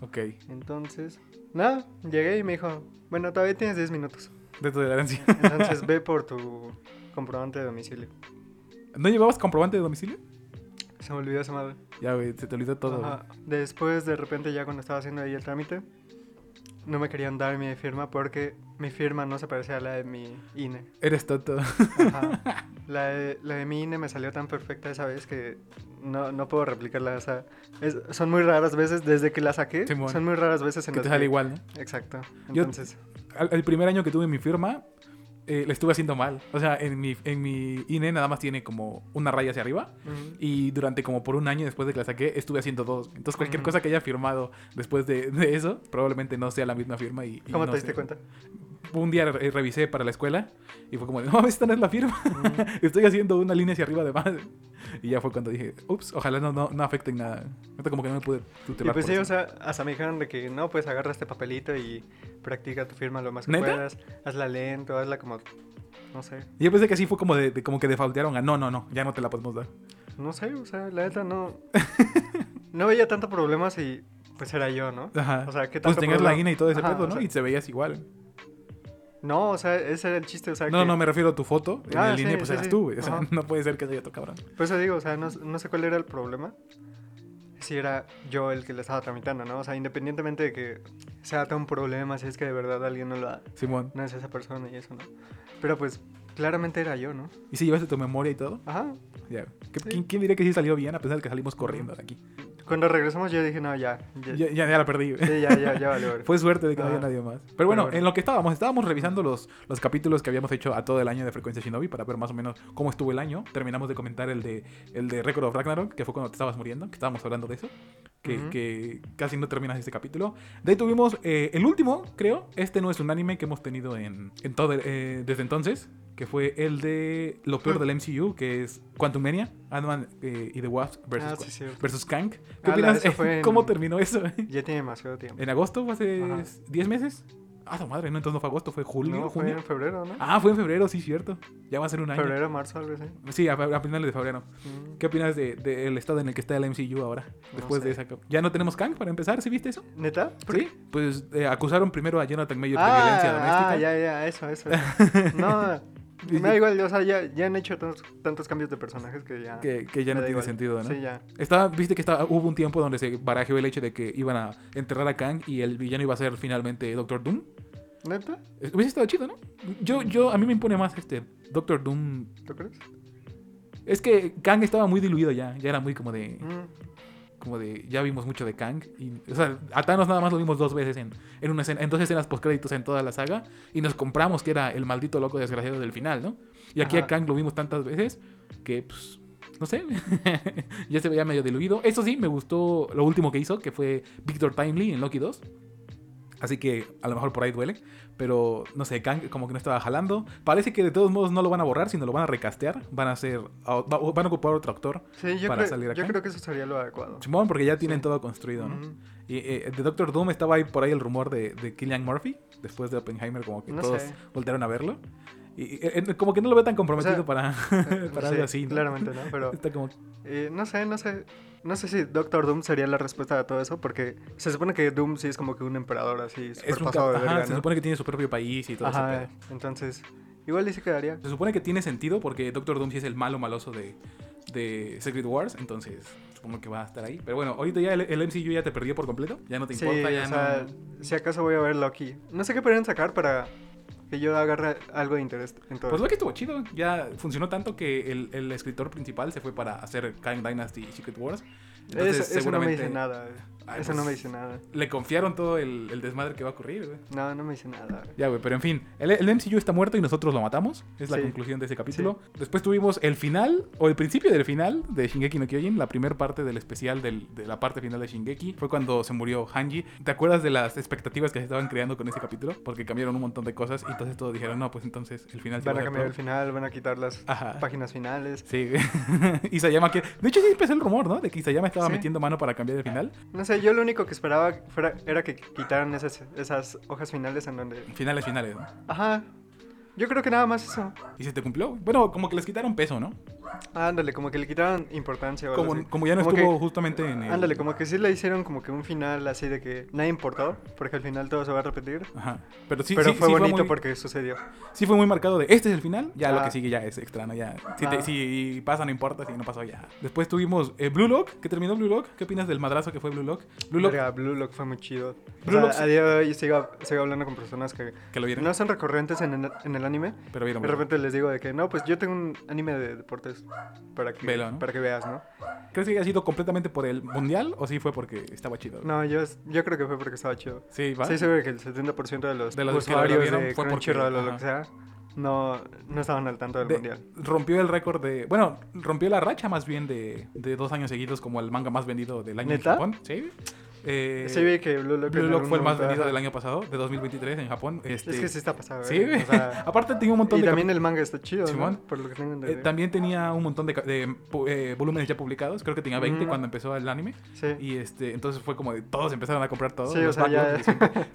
Speaker 1: Ok.
Speaker 2: Entonces, nada, llegué y me dijo, bueno, todavía tienes 10 minutos.
Speaker 1: De tolerancia.
Speaker 2: Entonces ve por tu comprobante de domicilio.
Speaker 1: ¿No llevabas comprobante de domicilio?
Speaker 2: Se me olvidó esa madre.
Speaker 1: Ya, güey, se te olvidó todo.
Speaker 2: Ajá. Después, de repente, ya cuando estaba haciendo ahí el trámite, no me querían dar mi firma porque mi firma no se parecía a la de mi INE.
Speaker 1: güey. Eres tonto.
Speaker 2: Ajá. La de, la de mi INE me salió tan perfecta esa vez que no, no puedo replicarla. O sea, es- son muy raras veces, desde que la saqué,
Speaker 1: Simón.
Speaker 2: son muy raras veces en
Speaker 1: que
Speaker 2: las
Speaker 1: te sale igual, ¿no?
Speaker 2: Exacto.
Speaker 1: Yo-
Speaker 2: Entonces,
Speaker 1: Al- el primer año que tuve mi firma, eh, la estuve haciendo mal. O sea, en mi, en mi INE nada más tiene como una raya hacia arriba.
Speaker 2: ujú.
Speaker 1: Y durante como por un año después de que la saqué, estuve haciendo dos. Entonces, cualquier
Speaker 2: Ujú.
Speaker 1: cosa que haya firmado después de, de eso, probablemente no sea la misma firma. Y, y
Speaker 2: ¿cómo
Speaker 1: no
Speaker 2: te diste
Speaker 1: sé.
Speaker 2: cuenta?
Speaker 1: Un día eh, revisé para la escuela y fue como, de, no, esta no es la firma. Estoy haciendo una línea hacia arriba además. Y ya fue cuando dije, ups, ojalá no, no, no afecten nada. Ahorita como que no me pude
Speaker 2: Y
Speaker 1: tutelar.
Speaker 2: pues
Speaker 1: por
Speaker 2: sí,
Speaker 1: eso.
Speaker 2: o sea, hasta me dijeron de que no, pues agarra este papelito y practica tu firma lo más que
Speaker 1: ¿Neta?
Speaker 2: puedas. Hazla lento, hazla como, no sé,
Speaker 1: Y yo pensé que así fue como, de, de- como que defaultearon a, no, no, no, ya no te la podemos dar.
Speaker 2: no sé, o sea, la neta no... no veía tanto problema si pues era yo, ¿no?
Speaker 1: Ajá.
Speaker 2: O sea, ¿qué
Speaker 1: Pues
Speaker 2: tanto
Speaker 1: tenías la
Speaker 2: problema?
Speaker 1: guina y todo ese
Speaker 2: Ajá,
Speaker 1: pedo,
Speaker 2: o
Speaker 1: ¿no?
Speaker 2: sea-
Speaker 1: y te veías igual.
Speaker 2: No, o sea, ese era el chiste, o sea,
Speaker 1: No,
Speaker 2: que-
Speaker 1: no, me refiero a tu foto. En
Speaker 2: Ah,
Speaker 1: el INE,
Speaker 2: sí,
Speaker 1: pues
Speaker 2: sí,
Speaker 1: eras
Speaker 2: sí.
Speaker 1: tú, güey. O sea,
Speaker 2: Ajá.
Speaker 1: no puede ser que sea otro cabrón.
Speaker 2: Por eso digo, o sea, no, no sé cuál era el problema. Si era yo el que le estaba tramitando, ¿no? O sea, independientemente de que sea tan un problema, si es que de verdad alguien no lo ha-
Speaker 1: Simón.
Speaker 2: no es esa persona y eso, ¿no? Pero pues, claramente era yo, ¿no?
Speaker 1: ¿Y si llevaste tu memoria y todo?
Speaker 2: Ajá.
Speaker 1: Ya. ¿Qué-
Speaker 2: Sí.
Speaker 1: ¿Quién, quién diría que sí salió bien a pesar de que salimos corriendo de aquí?
Speaker 2: Cuando regresamos yo dije, no, ya. Ya,
Speaker 1: Ya, ya- ya la perdí, güey.
Speaker 2: sí, ya, ya, ya valió. verga.
Speaker 1: Fue suerte de que no
Speaker 2: Ajá.
Speaker 1: había nadie más. Pero bueno,
Speaker 2: Ah, bueno.
Speaker 1: en lo que estábamos, estábamos revisando los, los capítulos que habíamos hecho a todo el año de Frecuencia Shinobi para ver más o menos cómo estuvo el año. Terminamos de comentar el de, el de Record of Ragnarok, que fue cuando te estabas muriendo, que estábamos hablando de eso. Que,
Speaker 2: Ujú.
Speaker 1: que casi no terminas este capítulo. De ahí tuvimos eh, el último, creo. Este no es un anime que hemos tenido en, en todo el- eh, desde entonces, que fue el de lo peor del MCU, que es Quantum Mania, Ant-Man eh, y The Wasp versus,
Speaker 2: Ah, sí, cierto.
Speaker 1: versus Kang. ¿Qué
Speaker 2: Ala,
Speaker 1: opinas?
Speaker 2: eso fue en-
Speaker 1: ¿Cómo terminó eso?
Speaker 2: Ya tiene demasiado tiempo.
Speaker 1: ¿En agosto? ¿Fue hace
Speaker 2: Ajá.
Speaker 1: 10 meses? Ah, su madre, no, entonces no fue agosto, fue julio,
Speaker 2: No, fue
Speaker 1: junio.
Speaker 2: en febrero, ¿no?
Speaker 1: Ah, fue en febrero, sí, cierto. Ya va a ser un año.
Speaker 2: febrero, marzo, algo así.
Speaker 1: Sí, a, a finales de febrero.
Speaker 2: Mm.
Speaker 1: ¿Qué opinas del de, del estado en el que está el MCU ahora?
Speaker 2: No
Speaker 1: Después de
Speaker 2: sé.
Speaker 1: esa. cap- Ya no tenemos Kang para empezar, ¿sí viste eso?
Speaker 2: ¿Neta? ¿Por
Speaker 1: Sí. Pues eh, acusaron primero a Jonathan Mayer de
Speaker 2: ah,
Speaker 1: violencia doméstica.
Speaker 2: Ah, ya, ya, eso, eso. eso. no, me da igual, o sea, ya, ya han hecho tantos, tantos cambios de personajes que ya.
Speaker 1: Que, que ya
Speaker 2: me
Speaker 1: no
Speaker 2: da
Speaker 1: tiene
Speaker 2: igual.
Speaker 1: sentido, ¿no?
Speaker 2: Sí, ya.
Speaker 1: Estaba- viste que estaba, hubo un tiempo donde se barajeó el hecho de que iban a enterrar a Kang y el villano iba a ser finalmente Doctor Doom.
Speaker 2: ¿Neta?
Speaker 1: Eh, Hubiese estado chido, ¿no? Yo, yo, a mí me impone más este Doctor Doom
Speaker 2: ¿Tú crees?
Speaker 1: Es que Kang estaba muy diluido ya, ya era muy como de,
Speaker 2: Mm,
Speaker 1: como de, ya vimos mucho de Kang. Y, o sea, a Thanos nada más lo vimos dos veces en, en una escena, en dos escenas postcréditos en toda la saga y nos compramos que era el maldito loco desgraciado del final, ¿no? Y aquí a
Speaker 2: Ajá.
Speaker 1: Kang lo vimos tantas veces que, pues, no sé, ya se veía medio diluido. Eso sí, me gustó lo último que hizo, que fue Victor Timely en Loki 2. Así que a lo mejor por ahí duele. Pero no sé, Kang como que no estaba jalando. Parece que de todos modos no lo van a borrar, sino lo van a recastear. Van a hacer. a- va- Van a ocupar otro actor.
Speaker 2: Sí, yo,
Speaker 1: Para
Speaker 2: creo,
Speaker 1: salir
Speaker 2: yo
Speaker 1: acá.
Speaker 2: creo que eso sería lo adecuado.
Speaker 1: Simón, porque ya tienen
Speaker 2: Sí.
Speaker 1: todo construido, ¿no?
Speaker 2: Mm,
Speaker 1: Y eh, de Doctor Doom estaba ahí por ahí el rumor de, de Killian Murphy. Después de Oppenheimer, como que
Speaker 2: No
Speaker 1: todos
Speaker 2: sé.
Speaker 1: voltearon a verlo. Y eh, eh, como que no lo veo tan comprometido
Speaker 2: O sea,
Speaker 1: para, para
Speaker 2: sí,
Speaker 1: algo así. ¿no?
Speaker 2: Mm. Claramente, ¿no? Pero
Speaker 1: Está como.
Speaker 2: eh, no sé, no sé. No sé si Doctor Doom sería la respuesta a todo eso, porque se supone que Doom sí es como que un emperador así,
Speaker 1: Es
Speaker 2: super
Speaker 1: un
Speaker 2: pasado
Speaker 1: ca-
Speaker 2: de
Speaker 1: ajá,
Speaker 2: verga,
Speaker 1: Se
Speaker 2: ¿no?
Speaker 1: supone que tiene su propio país y todo ese
Speaker 2: Ajá,
Speaker 1: pedo.
Speaker 2: entonces, igual y se quedaría.
Speaker 1: Se supone que tiene sentido porque Doctor Doom sí es el malo maloso de, de Secret Wars, entonces supongo que va a estar ahí. Pero bueno, ahorita ya el, el MCU ya te perdió por completo, ya no te
Speaker 2: Sí,
Speaker 1: importa, ya
Speaker 2: o sea,
Speaker 1: no...
Speaker 2: si acaso voy a ver Loki. No sé qué podrían sacar para que yo agarre algo de interés en todo.
Speaker 1: Pues lo que estuvo chido, ya funcionó tanto que el, el escritor principal se fue para hacer Kang Dynasty y Secret Wars. Entonces,
Speaker 2: Eso- eso no me
Speaker 1: seguramente-
Speaker 2: dice nada. güey.
Speaker 1: Ay,
Speaker 2: eso
Speaker 1: pues-
Speaker 2: no me dice nada.
Speaker 1: Le confiaron todo el, el desmadre que va a ocurrir, güey.
Speaker 2: No, no me dice nada. güey.
Speaker 1: Ya, güey, pero en fin, el, el MCU está muerto y nosotros lo matamos. Es la
Speaker 2: Sí.
Speaker 1: conclusión de ese capítulo. Después tuvimos el final, o el principio del final de Shingeki no Kyojin, la primera parte del especial del- de la parte final de Shingeki. Fue cuando se murió Hanji. ¿Te acuerdas de las expectativas que se estaban creando con ese capítulo? Porque cambiaron un montón de cosas y entonces todos dijeron, no, pues entonces el final sí
Speaker 2: Van
Speaker 1: va
Speaker 2: a
Speaker 1: ser
Speaker 2: cambiar
Speaker 1: peor".
Speaker 2: el final, van a quitar las
Speaker 1: Ajá.
Speaker 2: páginas finales.
Speaker 1: Sí, güey. Isayama que... De hecho, sí empezó el rumor, ¿no? De que Isayama estaba
Speaker 2: Sí.
Speaker 1: metiendo mano para cambiar el final.
Speaker 2: No sé, yo lo único que esperaba fuera- era que quitaran esas, esas hojas finales en donde...
Speaker 1: Finales, finales, ¿no?
Speaker 2: Ajá. Yo creo que nada más eso. Ah,
Speaker 1: Y se te cumplió. Bueno, como que les quitaron peso, ¿no?
Speaker 2: Ándale, como que le quitaron importancia. o algo así.
Speaker 1: Como, como ya no
Speaker 2: Como
Speaker 1: estuvo
Speaker 2: que-
Speaker 1: justamente en el...
Speaker 2: Ándale, como que sí le hicieron como que un final así de que nada importó, porque al final todo se va a repetir.
Speaker 1: Ajá. Pero sí,
Speaker 2: pero
Speaker 1: sí-
Speaker 2: fue
Speaker 1: sí
Speaker 2: bonito
Speaker 1: muy-
Speaker 2: porque sucedió.
Speaker 1: Sí fue muy marcado de este es el final, ya lo
Speaker 2: Ah.
Speaker 1: que sigue ya es extra, ¿no? Ya, si,
Speaker 2: Ah.
Speaker 1: te- si pasa no importa, si no pasó ya. Después tuvimos eh, Blue Lock, que terminó Blue Lock. ¿Qué opinas del madrazo que fue Blue Lock? Blue Lock,
Speaker 2: Verga, Blue Lock fue muy chido.
Speaker 1: Blue
Speaker 2: o
Speaker 1: Lock
Speaker 2: sea,
Speaker 1: sí-
Speaker 2: a día de hoy sigo, sigo hablando con personas que
Speaker 1: que lo vieron,
Speaker 2: no son recurrentes en, el- en el anime.
Speaker 1: pero vieron.
Speaker 2: De
Speaker 1: Blue Lock.
Speaker 2: repente les digo de que no, pues yo tengo un anime de deportes para que,
Speaker 1: Velo, ¿no?
Speaker 2: para que veas, ¿no?
Speaker 1: ¿Crees que haya sido completamente por el mundial o sí fue porque estaba chido?
Speaker 2: No, yo, yo creo que fue porque estaba chido.
Speaker 1: Sí, va.
Speaker 2: Estoy seguro que el 70% de los,
Speaker 1: De los que lo
Speaker 2: usuarios
Speaker 1: vieron
Speaker 2: de
Speaker 1: fue porque-
Speaker 2: Crunchyroll o lo
Speaker 1: ajá.
Speaker 2: que sea no, no estaban al tanto del
Speaker 1: De-
Speaker 2: mundial.
Speaker 1: rompió el récord de. Bueno, rompió la racha más bien de, de dos años seguidos como el manga más vendido del año
Speaker 2: ¿Neta?
Speaker 1: en Japón. Sí. Eh,
Speaker 2: sí vi que Blue Lock,
Speaker 1: Blue
Speaker 2: en
Speaker 1: Lock
Speaker 2: algún
Speaker 1: fue el más
Speaker 2: momento,
Speaker 1: vendido
Speaker 2: ajá.
Speaker 1: del año pasado, de 2023 en Japón. Este,
Speaker 2: Es que sí está pasado.
Speaker 1: Sí,
Speaker 2: güey.
Speaker 1: güey.
Speaker 2: O sea,
Speaker 1: Aparte tenía un montón
Speaker 2: y
Speaker 1: de.
Speaker 2: también el manga está chido, ¿no?
Speaker 1: Simón.
Speaker 2: por lo que tengo
Speaker 1: Eh,
Speaker 2: entendido.
Speaker 1: también tenía un montón de, ca- de, pu- eh, volúmenes ya publicados. Creo que tenía 20
Speaker 2: Mm.
Speaker 1: cuando empezó el anime.
Speaker 2: sí.
Speaker 1: Y este, entonces fue como de todos empezaron a comprar todo.
Speaker 2: Sí, o
Speaker 1: los
Speaker 2: sea, ya-
Speaker 1: backlogs de siempre.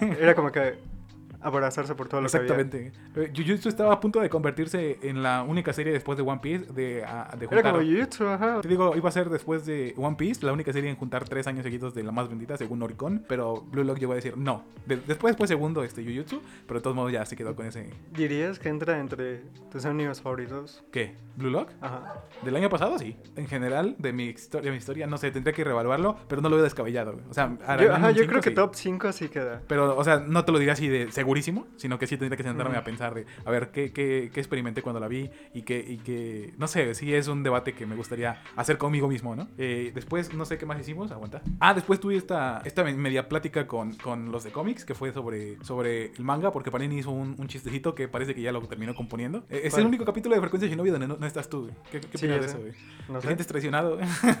Speaker 1: Sí,
Speaker 2: Era como que abrazarse por todo lo
Speaker 1: exactamente. Eh, Jujutsu estaba a punto de convertirse en la única serie después de One Piece de, ah, de
Speaker 2: que había. Era
Speaker 1: juntar-
Speaker 2: como Jujutsu, ajá.
Speaker 1: Te digo, iba a ser después de One Piece, la única serie en juntar tres años seguidos de la más bendita, según Oricon. Pero Blue Lock llegó a decir no. De- después fue segundo este Jujutsu, pero de todos modos ya se quedó con ese.
Speaker 2: ¿Dirías que entra entre tus animes favoritos?
Speaker 1: ¿Qué? ¿Blue Lock?
Speaker 2: Ajá.
Speaker 1: Del año pasado, sí. En general, de mi historia, mi historia, no sé, tendría que reevaluarlo, pero no lo veo descabellado. güey. O sea, ahora
Speaker 2: Yo,
Speaker 1: en
Speaker 2: ajá,
Speaker 1: un
Speaker 2: yo
Speaker 1: cinco,
Speaker 2: creo que
Speaker 1: sí.
Speaker 2: top 5 sí queda.
Speaker 1: Pero, o sea, no te lo diría así de segurísimo, sino que sí tendría que sentarme
Speaker 2: Ujú.
Speaker 1: a pensar de, a ver, ¿qué, qué, qué experimenté cuando la vi? Y que, y que, no sé, sí es un debate que me gustaría hacer conmigo mismo, ¿no? Eh, después, no sé qué más hicimos, aguanta. Ah, después tuve esta, esta me- media plática con, con los de cómics, que fue sobre, sobre el manga, porque Panini hizo un, un chistecito que parece que ya lo terminó componiendo. Eh, es
Speaker 2: ¿Cuál?
Speaker 1: el único capítulo de Frecuencia Shinobi donde no, no estás tú, güey. ¿Qué, qué
Speaker 2: Sí,
Speaker 1: opinas
Speaker 2: ya
Speaker 1: de
Speaker 2: sé.
Speaker 1: eso, güey?
Speaker 2: No
Speaker 1: Te
Speaker 2: sé.
Speaker 1: sientes traicionado.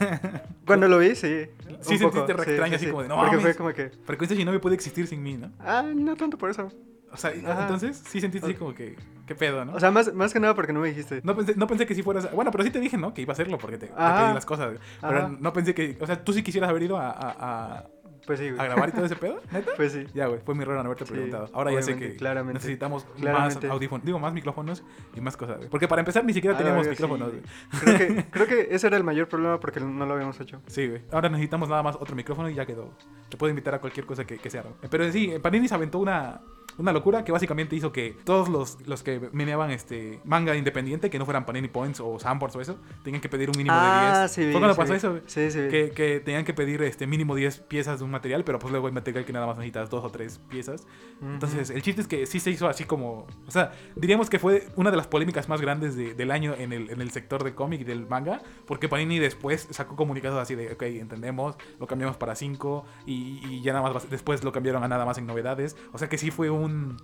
Speaker 2: Cuando lo vi, sí.
Speaker 1: Sí
Speaker 2: un
Speaker 1: sentiste re extraño, así como de, "No
Speaker 2: Porque
Speaker 1: mames".
Speaker 2: fue como que,
Speaker 1: Frecuencia Shinobi puede existir sin mí, ¿no?
Speaker 2: ah, no tanto por eso.
Speaker 1: O sea,
Speaker 2: Ajá.
Speaker 1: entonces sí sentiste así como que, ¿qué pedo, no?
Speaker 2: O sea, más, más que nada porque no me dijiste.
Speaker 1: No pensé, no pensé que sí fueras. Bueno, pero sí te dije, ¿no? Que iba a hacerlo porque te, te
Speaker 2: Ajá.
Speaker 1: pedí las cosas. Pero
Speaker 2: Ah. Ajá.
Speaker 1: no pensé que. O sea, tú sí quisieras haber ido a, a- a-
Speaker 2: Pues sí,
Speaker 1: a
Speaker 2: güey.
Speaker 1: grabar y todo ese pedo, neta.
Speaker 2: Pues sí.
Speaker 1: Ya, güey, fue mi error no haberte
Speaker 2: Sí,
Speaker 1: preguntado. Ahora ya sé
Speaker 2: obviamente,
Speaker 1: que
Speaker 2: claramente.
Speaker 1: necesitamos
Speaker 2: Claramente.
Speaker 1: más audífonos, digo, más micrófonos y más cosas, güey. Porque para empezar ni siquiera
Speaker 2: Ah,
Speaker 1: teníamos
Speaker 2: verga, sí.
Speaker 1: micrófonos, güey.
Speaker 2: Creo que, creo que ese era el mayor problema porque no lo habíamos hecho.
Speaker 1: Sí, güey. Ahora necesitamos nada más otro micrófono y ya quedó. Te puedo invitar a cualquier cosa que, que sea. ¿no? Pero sí, Panini se aventó una, una locura que básicamente hizo que todos los, los que meneaban este manga independiente, que no fueran Panini Points o Sanborns o eso, tenían que pedir un mínimo de 10.
Speaker 2: vi,
Speaker 1: Fue cuando
Speaker 2: Ah, sí
Speaker 1: pasó
Speaker 2: vi.
Speaker 1: eso, güey.
Speaker 2: Sí, sí. vi.
Speaker 1: Que, que tenían que pedir este mínimo 10 piezas de un material, pero pues luego hay material que nada más necesitas dos o tres piezas.
Speaker 2: Ujú.
Speaker 1: Entonces, el chiste es que sí se hizo así como. O sea, diríamos que fue una de las polémicas más grandes de- del año en el, en el sector del cómic y del manga, porque Panini después sacó comunicados así de: ok, entendemos, lo cambiamos para 5 y, y ya nada más. va- Después lo cambiaron a nada más en novedades. O sea que sí fue un.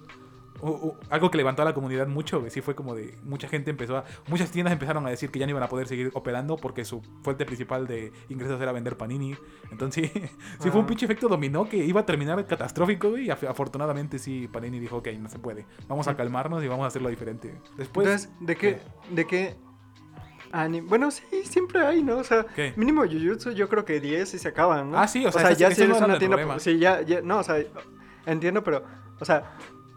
Speaker 1: u- u- algo que levantó a la comunidad mucho, que sí fue como de mucha gente empezó a. Muchas tiendas empezaron a decir que ya no iban a poder seguir operando porque su fuente principal de ingresos era vender panini. Entonces, sí, sí fue un
Speaker 2: Ah.
Speaker 1: pinche efecto dominó que iba a terminar catastrófico, güey, y af- afortunadamente sí Panini dijo, ok, no se puede. Vamos a calmarnos y vamos a hacerlo diferente. Después,
Speaker 2: Entonces, ¿de
Speaker 1: eh.
Speaker 2: qué? ¿De qué? anime? Bueno, sí, siempre hay, ¿no? O sea,
Speaker 1: ¿Qué?
Speaker 2: mínimo Jujutsu yo creo que 10 y se acaban, ¿no?
Speaker 1: Ah, sí, o sea, ese-
Speaker 2: ya
Speaker 1: ese
Speaker 2: si eres
Speaker 1: no era
Speaker 2: una
Speaker 1: el
Speaker 2: tienda...
Speaker 1: problema.
Speaker 2: Sí, ya, ya, no, o sea, entiendo, pero, o sea,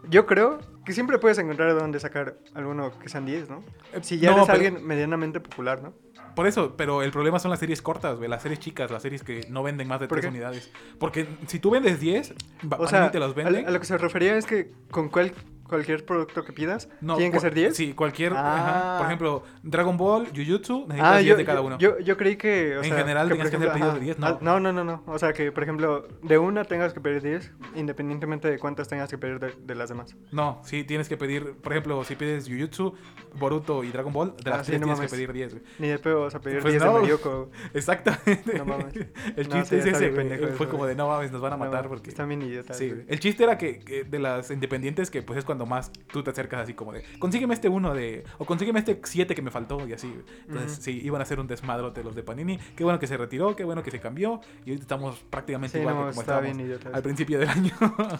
Speaker 2: yo creo que siempre puedes encontrar dónde sacar alguno que sean 10, ¿no?
Speaker 1: Eh,
Speaker 2: Si ya
Speaker 1: no,
Speaker 2: eres
Speaker 1: pero-
Speaker 2: alguien medianamente popular, ¿no?
Speaker 1: por eso, pero el problema son las series cortas, güey, las series chicas, las series que no venden más de
Speaker 2: ¿Por
Speaker 1: tres
Speaker 2: qué?
Speaker 1: unidades. Porque si tú vendes 10, va-
Speaker 2: O
Speaker 1: Panini
Speaker 2: sea,
Speaker 1: te los
Speaker 2: a,
Speaker 1: vende.
Speaker 2: a lo que se refería es que con cuál cualquier producto que pidas?
Speaker 1: No,
Speaker 2: ¿Tienen que
Speaker 1: cua-
Speaker 2: ser 10?
Speaker 1: Sí, cualquier.
Speaker 2: Ah.
Speaker 1: ajá. Por ejemplo, Dragon Ball, Jujutsu, necesitas
Speaker 2: Ah,
Speaker 1: 10
Speaker 2: yo,
Speaker 1: de cada
Speaker 2: yo-
Speaker 1: uno.
Speaker 2: Yo, yo creí que. o
Speaker 1: En
Speaker 2: sea,
Speaker 1: general
Speaker 2: que, por
Speaker 1: tenías que haber
Speaker 2: ejemplo,
Speaker 1: pedido
Speaker 2: ajá.
Speaker 1: de 10, no.
Speaker 2: Ah, No, no, no, no. O sea, que por ejemplo, de una tengas que pedir 10, independientemente de cuántas tengas que pedir de, de las demás.
Speaker 1: No, sí, tienes que pedir. Por ejemplo, si pides Jujutsu, Boruto y Dragon Ball, de las
Speaker 2: Ah, sí,
Speaker 1: tres
Speaker 2: no
Speaker 1: tienes
Speaker 2: mames.
Speaker 1: que pedir 10. güey.
Speaker 2: Ni de pedo vas a pedir
Speaker 1: Pues
Speaker 2: 10
Speaker 1: no.
Speaker 2: de Mayoko.
Speaker 1: Exactamente.
Speaker 2: No mames.
Speaker 1: El
Speaker 2: No,
Speaker 1: chiste
Speaker 2: sí,
Speaker 1: es
Speaker 2: está
Speaker 1: ese,
Speaker 2: bien
Speaker 1: güey.
Speaker 2: pendejo eso,
Speaker 1: Fue como
Speaker 2: güey.
Speaker 1: de no mames, nos van a
Speaker 2: No,
Speaker 1: matar porque.
Speaker 2: Están bien idiotas.
Speaker 1: Sí,
Speaker 2: güey.
Speaker 1: el chiste era que, que de las independientes que pues es cuando más tú te acercas así como de consígueme este uno de o consígueme este siete que me faltó y así. güey. Entonces
Speaker 2: Ujú.
Speaker 1: sí, iban a ser un desmadrote los de Panini. Qué bueno que se retiró, qué bueno que se cambió y ahorita estamos prácticamente
Speaker 2: Sí,
Speaker 1: igual que
Speaker 2: no,
Speaker 1: como
Speaker 2: está
Speaker 1: estábamos
Speaker 2: bien idiota.
Speaker 1: al principio del año.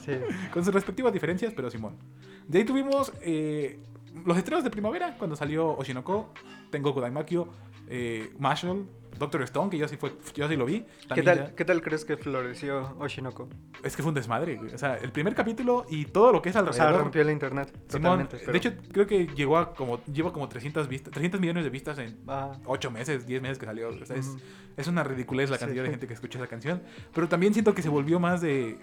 Speaker 2: Sí.
Speaker 1: Con sus respectivas diferencias, pero Simón. De ahí tuvimos eh, los estrenos de primavera, cuando salió Oshinoko, Tengo Kudamakyo, eh, Marshall, Doctor Stone, que yo sí, fue, yo sí lo vi.
Speaker 2: ¿Qué
Speaker 1: También
Speaker 2: tal,
Speaker 1: ya-
Speaker 2: ¿Qué tal crees que floreció Oshinoko?
Speaker 1: Es que fue un desmadre, güey. O sea, el primer capítulo y todo lo que es
Speaker 2: O sea,
Speaker 1: alrededor.
Speaker 2: rompió la internet.
Speaker 1: Simón,
Speaker 2: totalmente. pero-
Speaker 1: de hecho, creo que llegó a como, lleva como 300, vistas, 300 millones de vistas en
Speaker 2: Ah,
Speaker 1: 8 meses, 10 meses que salió. O sea, es,
Speaker 2: Ujú.
Speaker 1: es una ridiculez la
Speaker 2: Sí.
Speaker 1: cantidad de gente que escucha esa canción. Pero también siento que se volvió más de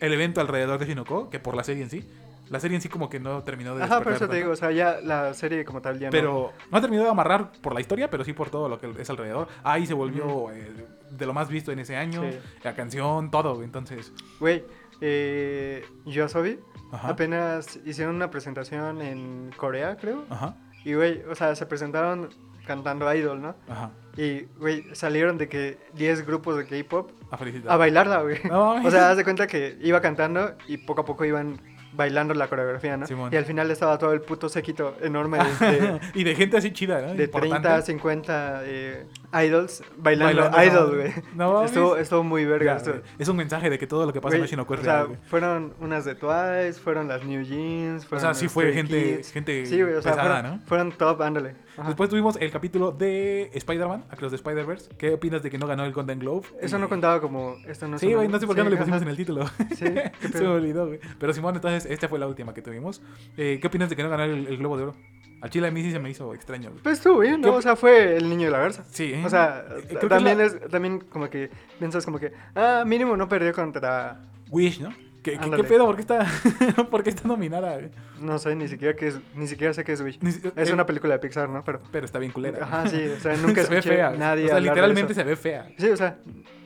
Speaker 1: el evento alrededor de Shinoko que por la serie en sí. La serie en sí como que no terminó de...
Speaker 2: Ajá, por
Speaker 1: despertar
Speaker 2: eso te
Speaker 1: tanto.
Speaker 2: digo, o sea, ya la serie como tal ya no-
Speaker 1: Pero no ha terminado de amarrar por la historia, pero sí por todo lo que es alrededor. Ahí se volvió eh, de lo más visto en ese año.
Speaker 2: Sí.
Speaker 1: La canción, todo. Entonces...
Speaker 2: Güey, eh, Yoasobi
Speaker 1: Ajá.
Speaker 2: apenas hicieron una presentación en Corea, creo.
Speaker 1: Ajá,
Speaker 2: Y, güey, o sea, se presentaron cantando Idol, ¿no?
Speaker 1: ajá.
Speaker 2: Y, güey, salieron de que 10 grupos de K-pop
Speaker 1: A felicitar.
Speaker 2: a bailarla, güey.
Speaker 1: Ah, No mames.
Speaker 2: o sea, haz de cuenta que iba cantando y poco a poco iban bailando la coreografía, ¿no?
Speaker 1: Simón.
Speaker 2: Y al final estaba todo el puto séquito enorme de, de-
Speaker 1: y de gente así chida, ¿no?
Speaker 2: de
Speaker 1: Importante.
Speaker 2: 30 a 50 eh, idols bailando,
Speaker 1: Bailando,
Speaker 2: idol,
Speaker 1: no,
Speaker 2: güey.
Speaker 1: no mames.
Speaker 2: estuvo, estuvo muy verga
Speaker 1: Ya,
Speaker 2: esto.
Speaker 1: güey. Es un mensaje de que todo lo que pasa
Speaker 2: Güey,
Speaker 1: en Oshinoko es
Speaker 2: o sea,
Speaker 1: real, güey.
Speaker 2: fueron unas de Twice, fueron las New Jeans, fueron
Speaker 1: sí
Speaker 2: los
Speaker 1: fue
Speaker 2: Stray
Speaker 1: gente-
Speaker 2: Kids.
Speaker 1: gente
Speaker 2: sí, güey, o sea,
Speaker 1: pesada,
Speaker 2: fueron,
Speaker 1: ¿no? Pues
Speaker 2: fueron top, ándale. Ajá.
Speaker 1: Después tuvimos el capítulo de Spider-Man, Across the Spider-Verse. ¿Qué opinas de que no ganó el Golden Globe?
Speaker 2: Eso
Speaker 1: Y-
Speaker 2: no contaba como... Esto no es
Speaker 1: Sí,
Speaker 2: una-
Speaker 1: güey, no sé por qué
Speaker 2: sí,
Speaker 1: no le
Speaker 2: ajá.
Speaker 1: pusimos en el título.
Speaker 2: Sí, qué
Speaker 1: Se me
Speaker 2: pedo.
Speaker 1: olvidó, güey. Pero Simón, entonces, esta fue la última que tuvimos. Eh, ¿Qué opinas de que no ganó el, el Globo de Oro? Al chile a mí sí se me hizo extraño, güey.
Speaker 2: Pues estuvo bien,
Speaker 1: Yo-
Speaker 2: ¿no? O sea, fue el niño de la garza.
Speaker 1: Sí,
Speaker 2: O sea,
Speaker 1: eh, creo que
Speaker 2: también
Speaker 1: la-
Speaker 2: es, también como que piensas como que, ah, mínimo no perdió contra,
Speaker 1: Wish, ¿no? ¿Qué, qué, qué
Speaker 2: Ándale.
Speaker 1: pedo? ¿Por qué está, ¿por qué está nominada? güey?
Speaker 2: no sé, ni siquiera que es, ni siquiera sé qué es Wish.
Speaker 1: Ni si-
Speaker 2: Es
Speaker 1: eh,
Speaker 2: una película de Pixar, ¿no? Pero,
Speaker 1: Pero está bien culera.
Speaker 2: ajá, sí, o sea, nunca
Speaker 1: se ve
Speaker 2: escuché
Speaker 1: fea.
Speaker 2: nadie
Speaker 1: o sea,
Speaker 2: hablar de
Speaker 1: literalmente
Speaker 2: eso.
Speaker 1: se ve fea.
Speaker 2: Sí, o sea,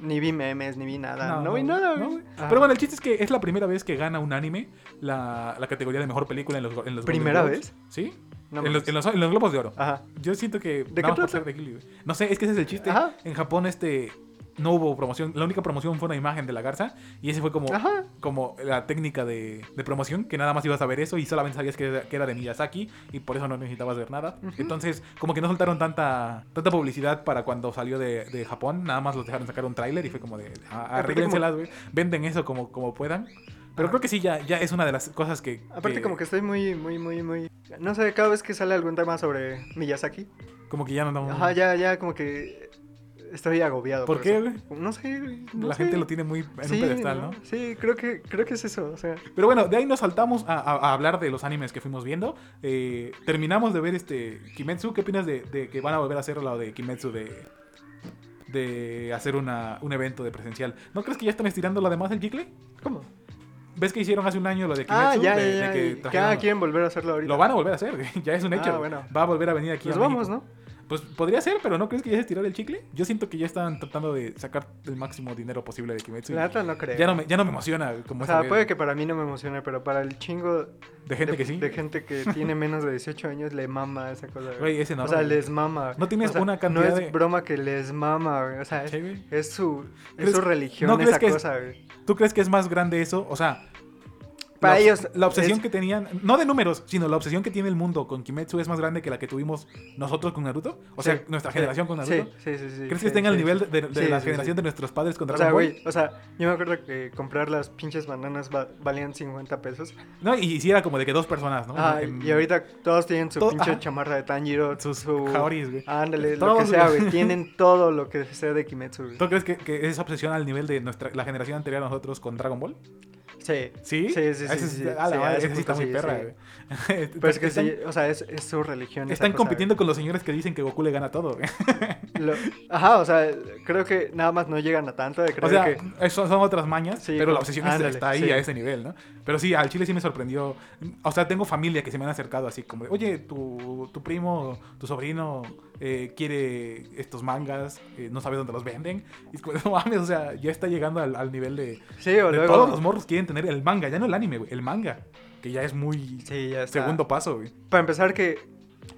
Speaker 2: ni vi memes, ni vi nada, no, vi nada,
Speaker 1: no,
Speaker 2: güey.
Speaker 1: güey.
Speaker 2: Ajá.
Speaker 1: Pero bueno, el chiste es que es la primera vez que gana un anime la, la categoría de mejor película en los, en los Golden
Speaker 2: ¿Primera
Speaker 1: Globes. ¿Sí?
Speaker 2: No
Speaker 1: en, los,
Speaker 2: mames.
Speaker 1: en, los, en los Globos de Oro.
Speaker 2: Ajá.
Speaker 1: Yo siento que. nada
Speaker 2: ¿De qué
Speaker 1: más por
Speaker 2: trata?
Speaker 1: ser de Ghibli, güey. No sé, es que ese es el chiste.
Speaker 2: Ajá.
Speaker 1: En Japón, este. No hubo promoción. La única promoción fue una imagen de la garza. Y ese fue como,
Speaker 2: Ajá.
Speaker 1: como la técnica de, de promoción, que nada más ibas a ver eso y solamente sabías que, era- que era de Miyazaki y por eso no necesitabas ver nada. Entonces, como que no soltaron tanta, tanta publicidad para cuando salió de, de Japón. Nada más los dejaron sacar un tráiler y fue como de. "Ah, Arréglenselas, güey. Venden eso como, como puedan. Pero
Speaker 2: Ajá.
Speaker 1: creo que sí, ya, ya es una de las cosas que.
Speaker 2: Ah. Aparte como que estoy muy, muy, muy, muy... No sé, cada vez que sale algún tema sobre Miyazaki,
Speaker 1: Como que ya no. no-
Speaker 2: ajá, ya, ya, como que estoy agobiado.
Speaker 1: ¿Por qué,
Speaker 2: eso.
Speaker 1: güey?
Speaker 2: No sé, güey, no
Speaker 1: la
Speaker 2: sé.
Speaker 1: gente lo tiene muy en un pedestal, ¿no?
Speaker 2: Sí, creo que, creo que es eso, o sea...
Speaker 1: Pero bueno, de ahí nos saltamos a, a- a hablar de los animes que fuimos viendo. Eh, terminamos de ver este Kimetsu. ¿Qué opinas de, de que van a volver a hacer lo de Kimetsu de, de hacer una, un evento de presencial? ¿No crees que ya están estirando lo demás del chicle?
Speaker 2: ¿Cómo?
Speaker 1: ¿Ves que hicieron hace un año lo de Kimetsu?
Speaker 2: Ah, ya,
Speaker 1: de,
Speaker 2: ya, ya.
Speaker 1: de que
Speaker 2: y
Speaker 1: trajeron-
Speaker 2: ya quieren volver a hacerlo ahorita.
Speaker 1: Lo van a volver a hacer, ya es un
Speaker 2: Ah,
Speaker 1: hecho.
Speaker 2: bueno.
Speaker 1: Va a volver a venir aquí.
Speaker 2: Nos
Speaker 1: a
Speaker 2: vamos,
Speaker 1: México.
Speaker 2: ¿no?
Speaker 1: Pues podría ser, pero ¿no crees que ya es estirar el chicle? Yo siento que ya están tratando de sacar el máximo dinero posible de Kimetsu. y
Speaker 2: La neta no creo.
Speaker 1: ya, no me, ya no me emociona como
Speaker 2: o
Speaker 1: esa
Speaker 2: sea,
Speaker 1: vez
Speaker 2: puede que para mí no me emocione, pero para el chingo
Speaker 1: de gente
Speaker 2: de,
Speaker 1: que sí.
Speaker 2: de gente que tiene menos de 18 años le mama esa cosa. güey.
Speaker 1: Güey, es
Speaker 2: o
Speaker 1: enorme.
Speaker 2: sea, les mama.
Speaker 1: No tienes
Speaker 2: O sea,
Speaker 1: una cantidad
Speaker 2: No
Speaker 1: de-
Speaker 2: es broma que les mama, güey. O sea, es,
Speaker 1: Sí, güey.
Speaker 2: es su, es
Speaker 1: ¿Crees-
Speaker 2: su religión
Speaker 1: no crees
Speaker 2: esa
Speaker 1: que es-
Speaker 2: cosa, güey.
Speaker 1: ¿Tú crees que es más grande eso? O sea,
Speaker 2: Para
Speaker 1: la,
Speaker 2: ellos
Speaker 1: la obsesión
Speaker 2: es-
Speaker 1: que tenían, no de números, sino la obsesión que tiene el mundo con Kimetsu es más grande que la que tuvimos nosotros con Naruto. O sea,
Speaker 2: Sí,
Speaker 1: nuestra
Speaker 2: sí,
Speaker 1: generación con Naruto.
Speaker 2: Sí, sí, sí. sí,
Speaker 1: ¿Crees
Speaker 2: sí,
Speaker 1: que estén al
Speaker 2: sí,
Speaker 1: nivel
Speaker 2: sí.
Speaker 1: de, de
Speaker 2: Sí,
Speaker 1: la
Speaker 2: sí,
Speaker 1: generación
Speaker 2: sí.
Speaker 1: de nuestros padres con
Speaker 2: O
Speaker 1: Dragon
Speaker 2: sea,
Speaker 1: Ball?
Speaker 2: güey, o sea, yo me acuerdo que comprar las pinches bananas va- valían 50 pesos.
Speaker 1: No, y si era como de que dos personas, ¿no?
Speaker 2: Ah,
Speaker 1: En-
Speaker 2: y ahorita todos tienen su
Speaker 1: todo-
Speaker 2: pinche
Speaker 1: ajá.
Speaker 2: chamarra de Tanjiro,
Speaker 1: Sus
Speaker 2: su
Speaker 1: jaoris, güey.
Speaker 2: Ándale, lo
Speaker 1: Todos,
Speaker 2: que sea,
Speaker 1: güey.
Speaker 2: güey. Tienen todo lo que sea de Kimetsu, güey.
Speaker 1: ¿Tú crees que, que es obsesión al nivel de nuestra, la generación anterior a nosotros con Dragon Ball?
Speaker 2: Sí.
Speaker 1: ¿Sí?
Speaker 2: Sí, sí,
Speaker 1: Ah, esa
Speaker 2: sí.
Speaker 1: es-
Speaker 2: sí,
Speaker 1: ah, la madre,
Speaker 2: sí, a ese
Speaker 1: esa sí está
Speaker 2: punto
Speaker 1: muy
Speaker 2: sí,
Speaker 1: perra,
Speaker 2: sí.
Speaker 1: güey. Este,
Speaker 2: Pero es que
Speaker 1: están,
Speaker 2: sí, o sea, es, es su religión. esa
Speaker 1: están
Speaker 2: cosa, eh.
Speaker 1: compitiendo con los señores que dicen que Goku le gana todo, güey.
Speaker 2: güey. Lo- Ajá, o sea, creo que nada más no llegan a tanto de creer
Speaker 1: O sea,
Speaker 2: que.
Speaker 1: eso son otras mañas,
Speaker 2: Sí,
Speaker 1: pero la
Speaker 2: como-
Speaker 1: obsesión
Speaker 2: ándale,
Speaker 1: está ahí
Speaker 2: sí.
Speaker 1: a ese nivel, ¿no? Pero sí, al chile sí me sorprendió. O sea, tengo familia que se me han acercado así como, de, oye, tu, tu primo, tu sobrino eh, quiere estos mangas, eh, no sabe dónde los venden. Y es como, no mames, o sea, ya está llegando al, al nivel de...
Speaker 2: Sí, o
Speaker 1: de
Speaker 2: luego.
Speaker 1: todos los morros quieren tener el manga, ya no el anime, güey, el manga, que ya es muy...
Speaker 2: Sí, ya está.
Speaker 1: Segundo paso, güey.
Speaker 2: Para empezar, que,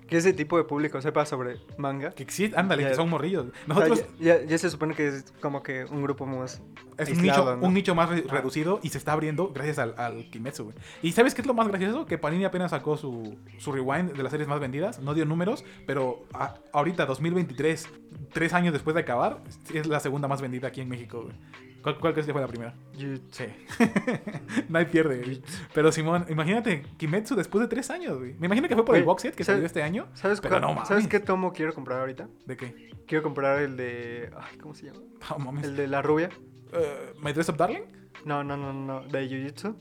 Speaker 2: que ese tipo de público sepa sobre manga.
Speaker 1: Que existe, ándale,
Speaker 2: Ya.
Speaker 1: que son morrillos.
Speaker 2: O sea,
Speaker 1: Nosotros
Speaker 2: ya, ya- ya se supone que es como que un grupo más.
Speaker 1: Es un
Speaker 2: aislado,
Speaker 1: nicho,
Speaker 2: ¿no?
Speaker 1: un nicho más re- reducido y se está abriendo gracias al, al Kimetsu, güey. ¿Y sabes qué es lo más gracioso? Que Panini apenas sacó su, su rewind de las series más vendidas, no dio números, pero a- ahorita, 2023, tres años después de acabar, es la segunda más vendida aquí en México, güey. ¿Cuál, cuál crees que fue la primera? Sí. Nadie pierde, güey. Pero Simón, imagínate, Kimetsu después de tres años, güey. Me imagino que fue por el
Speaker 2: Güey,
Speaker 1: box set que
Speaker 2: ¿sabes-
Speaker 1: salió este año.
Speaker 2: ¿Sabes,
Speaker 1: Pero
Speaker 2: cuál-
Speaker 1: no mames.
Speaker 2: ¿Sabes qué tomo quiero comprar ahorita?
Speaker 1: ¿De qué?
Speaker 2: Quiero comprar el de. Ay, ¿Cómo se llama?
Speaker 1: No mames.
Speaker 2: El de la rubia.
Speaker 1: Eh, ¿My Dress Up Darling?
Speaker 2: No, no, no, no. De Jujutsu.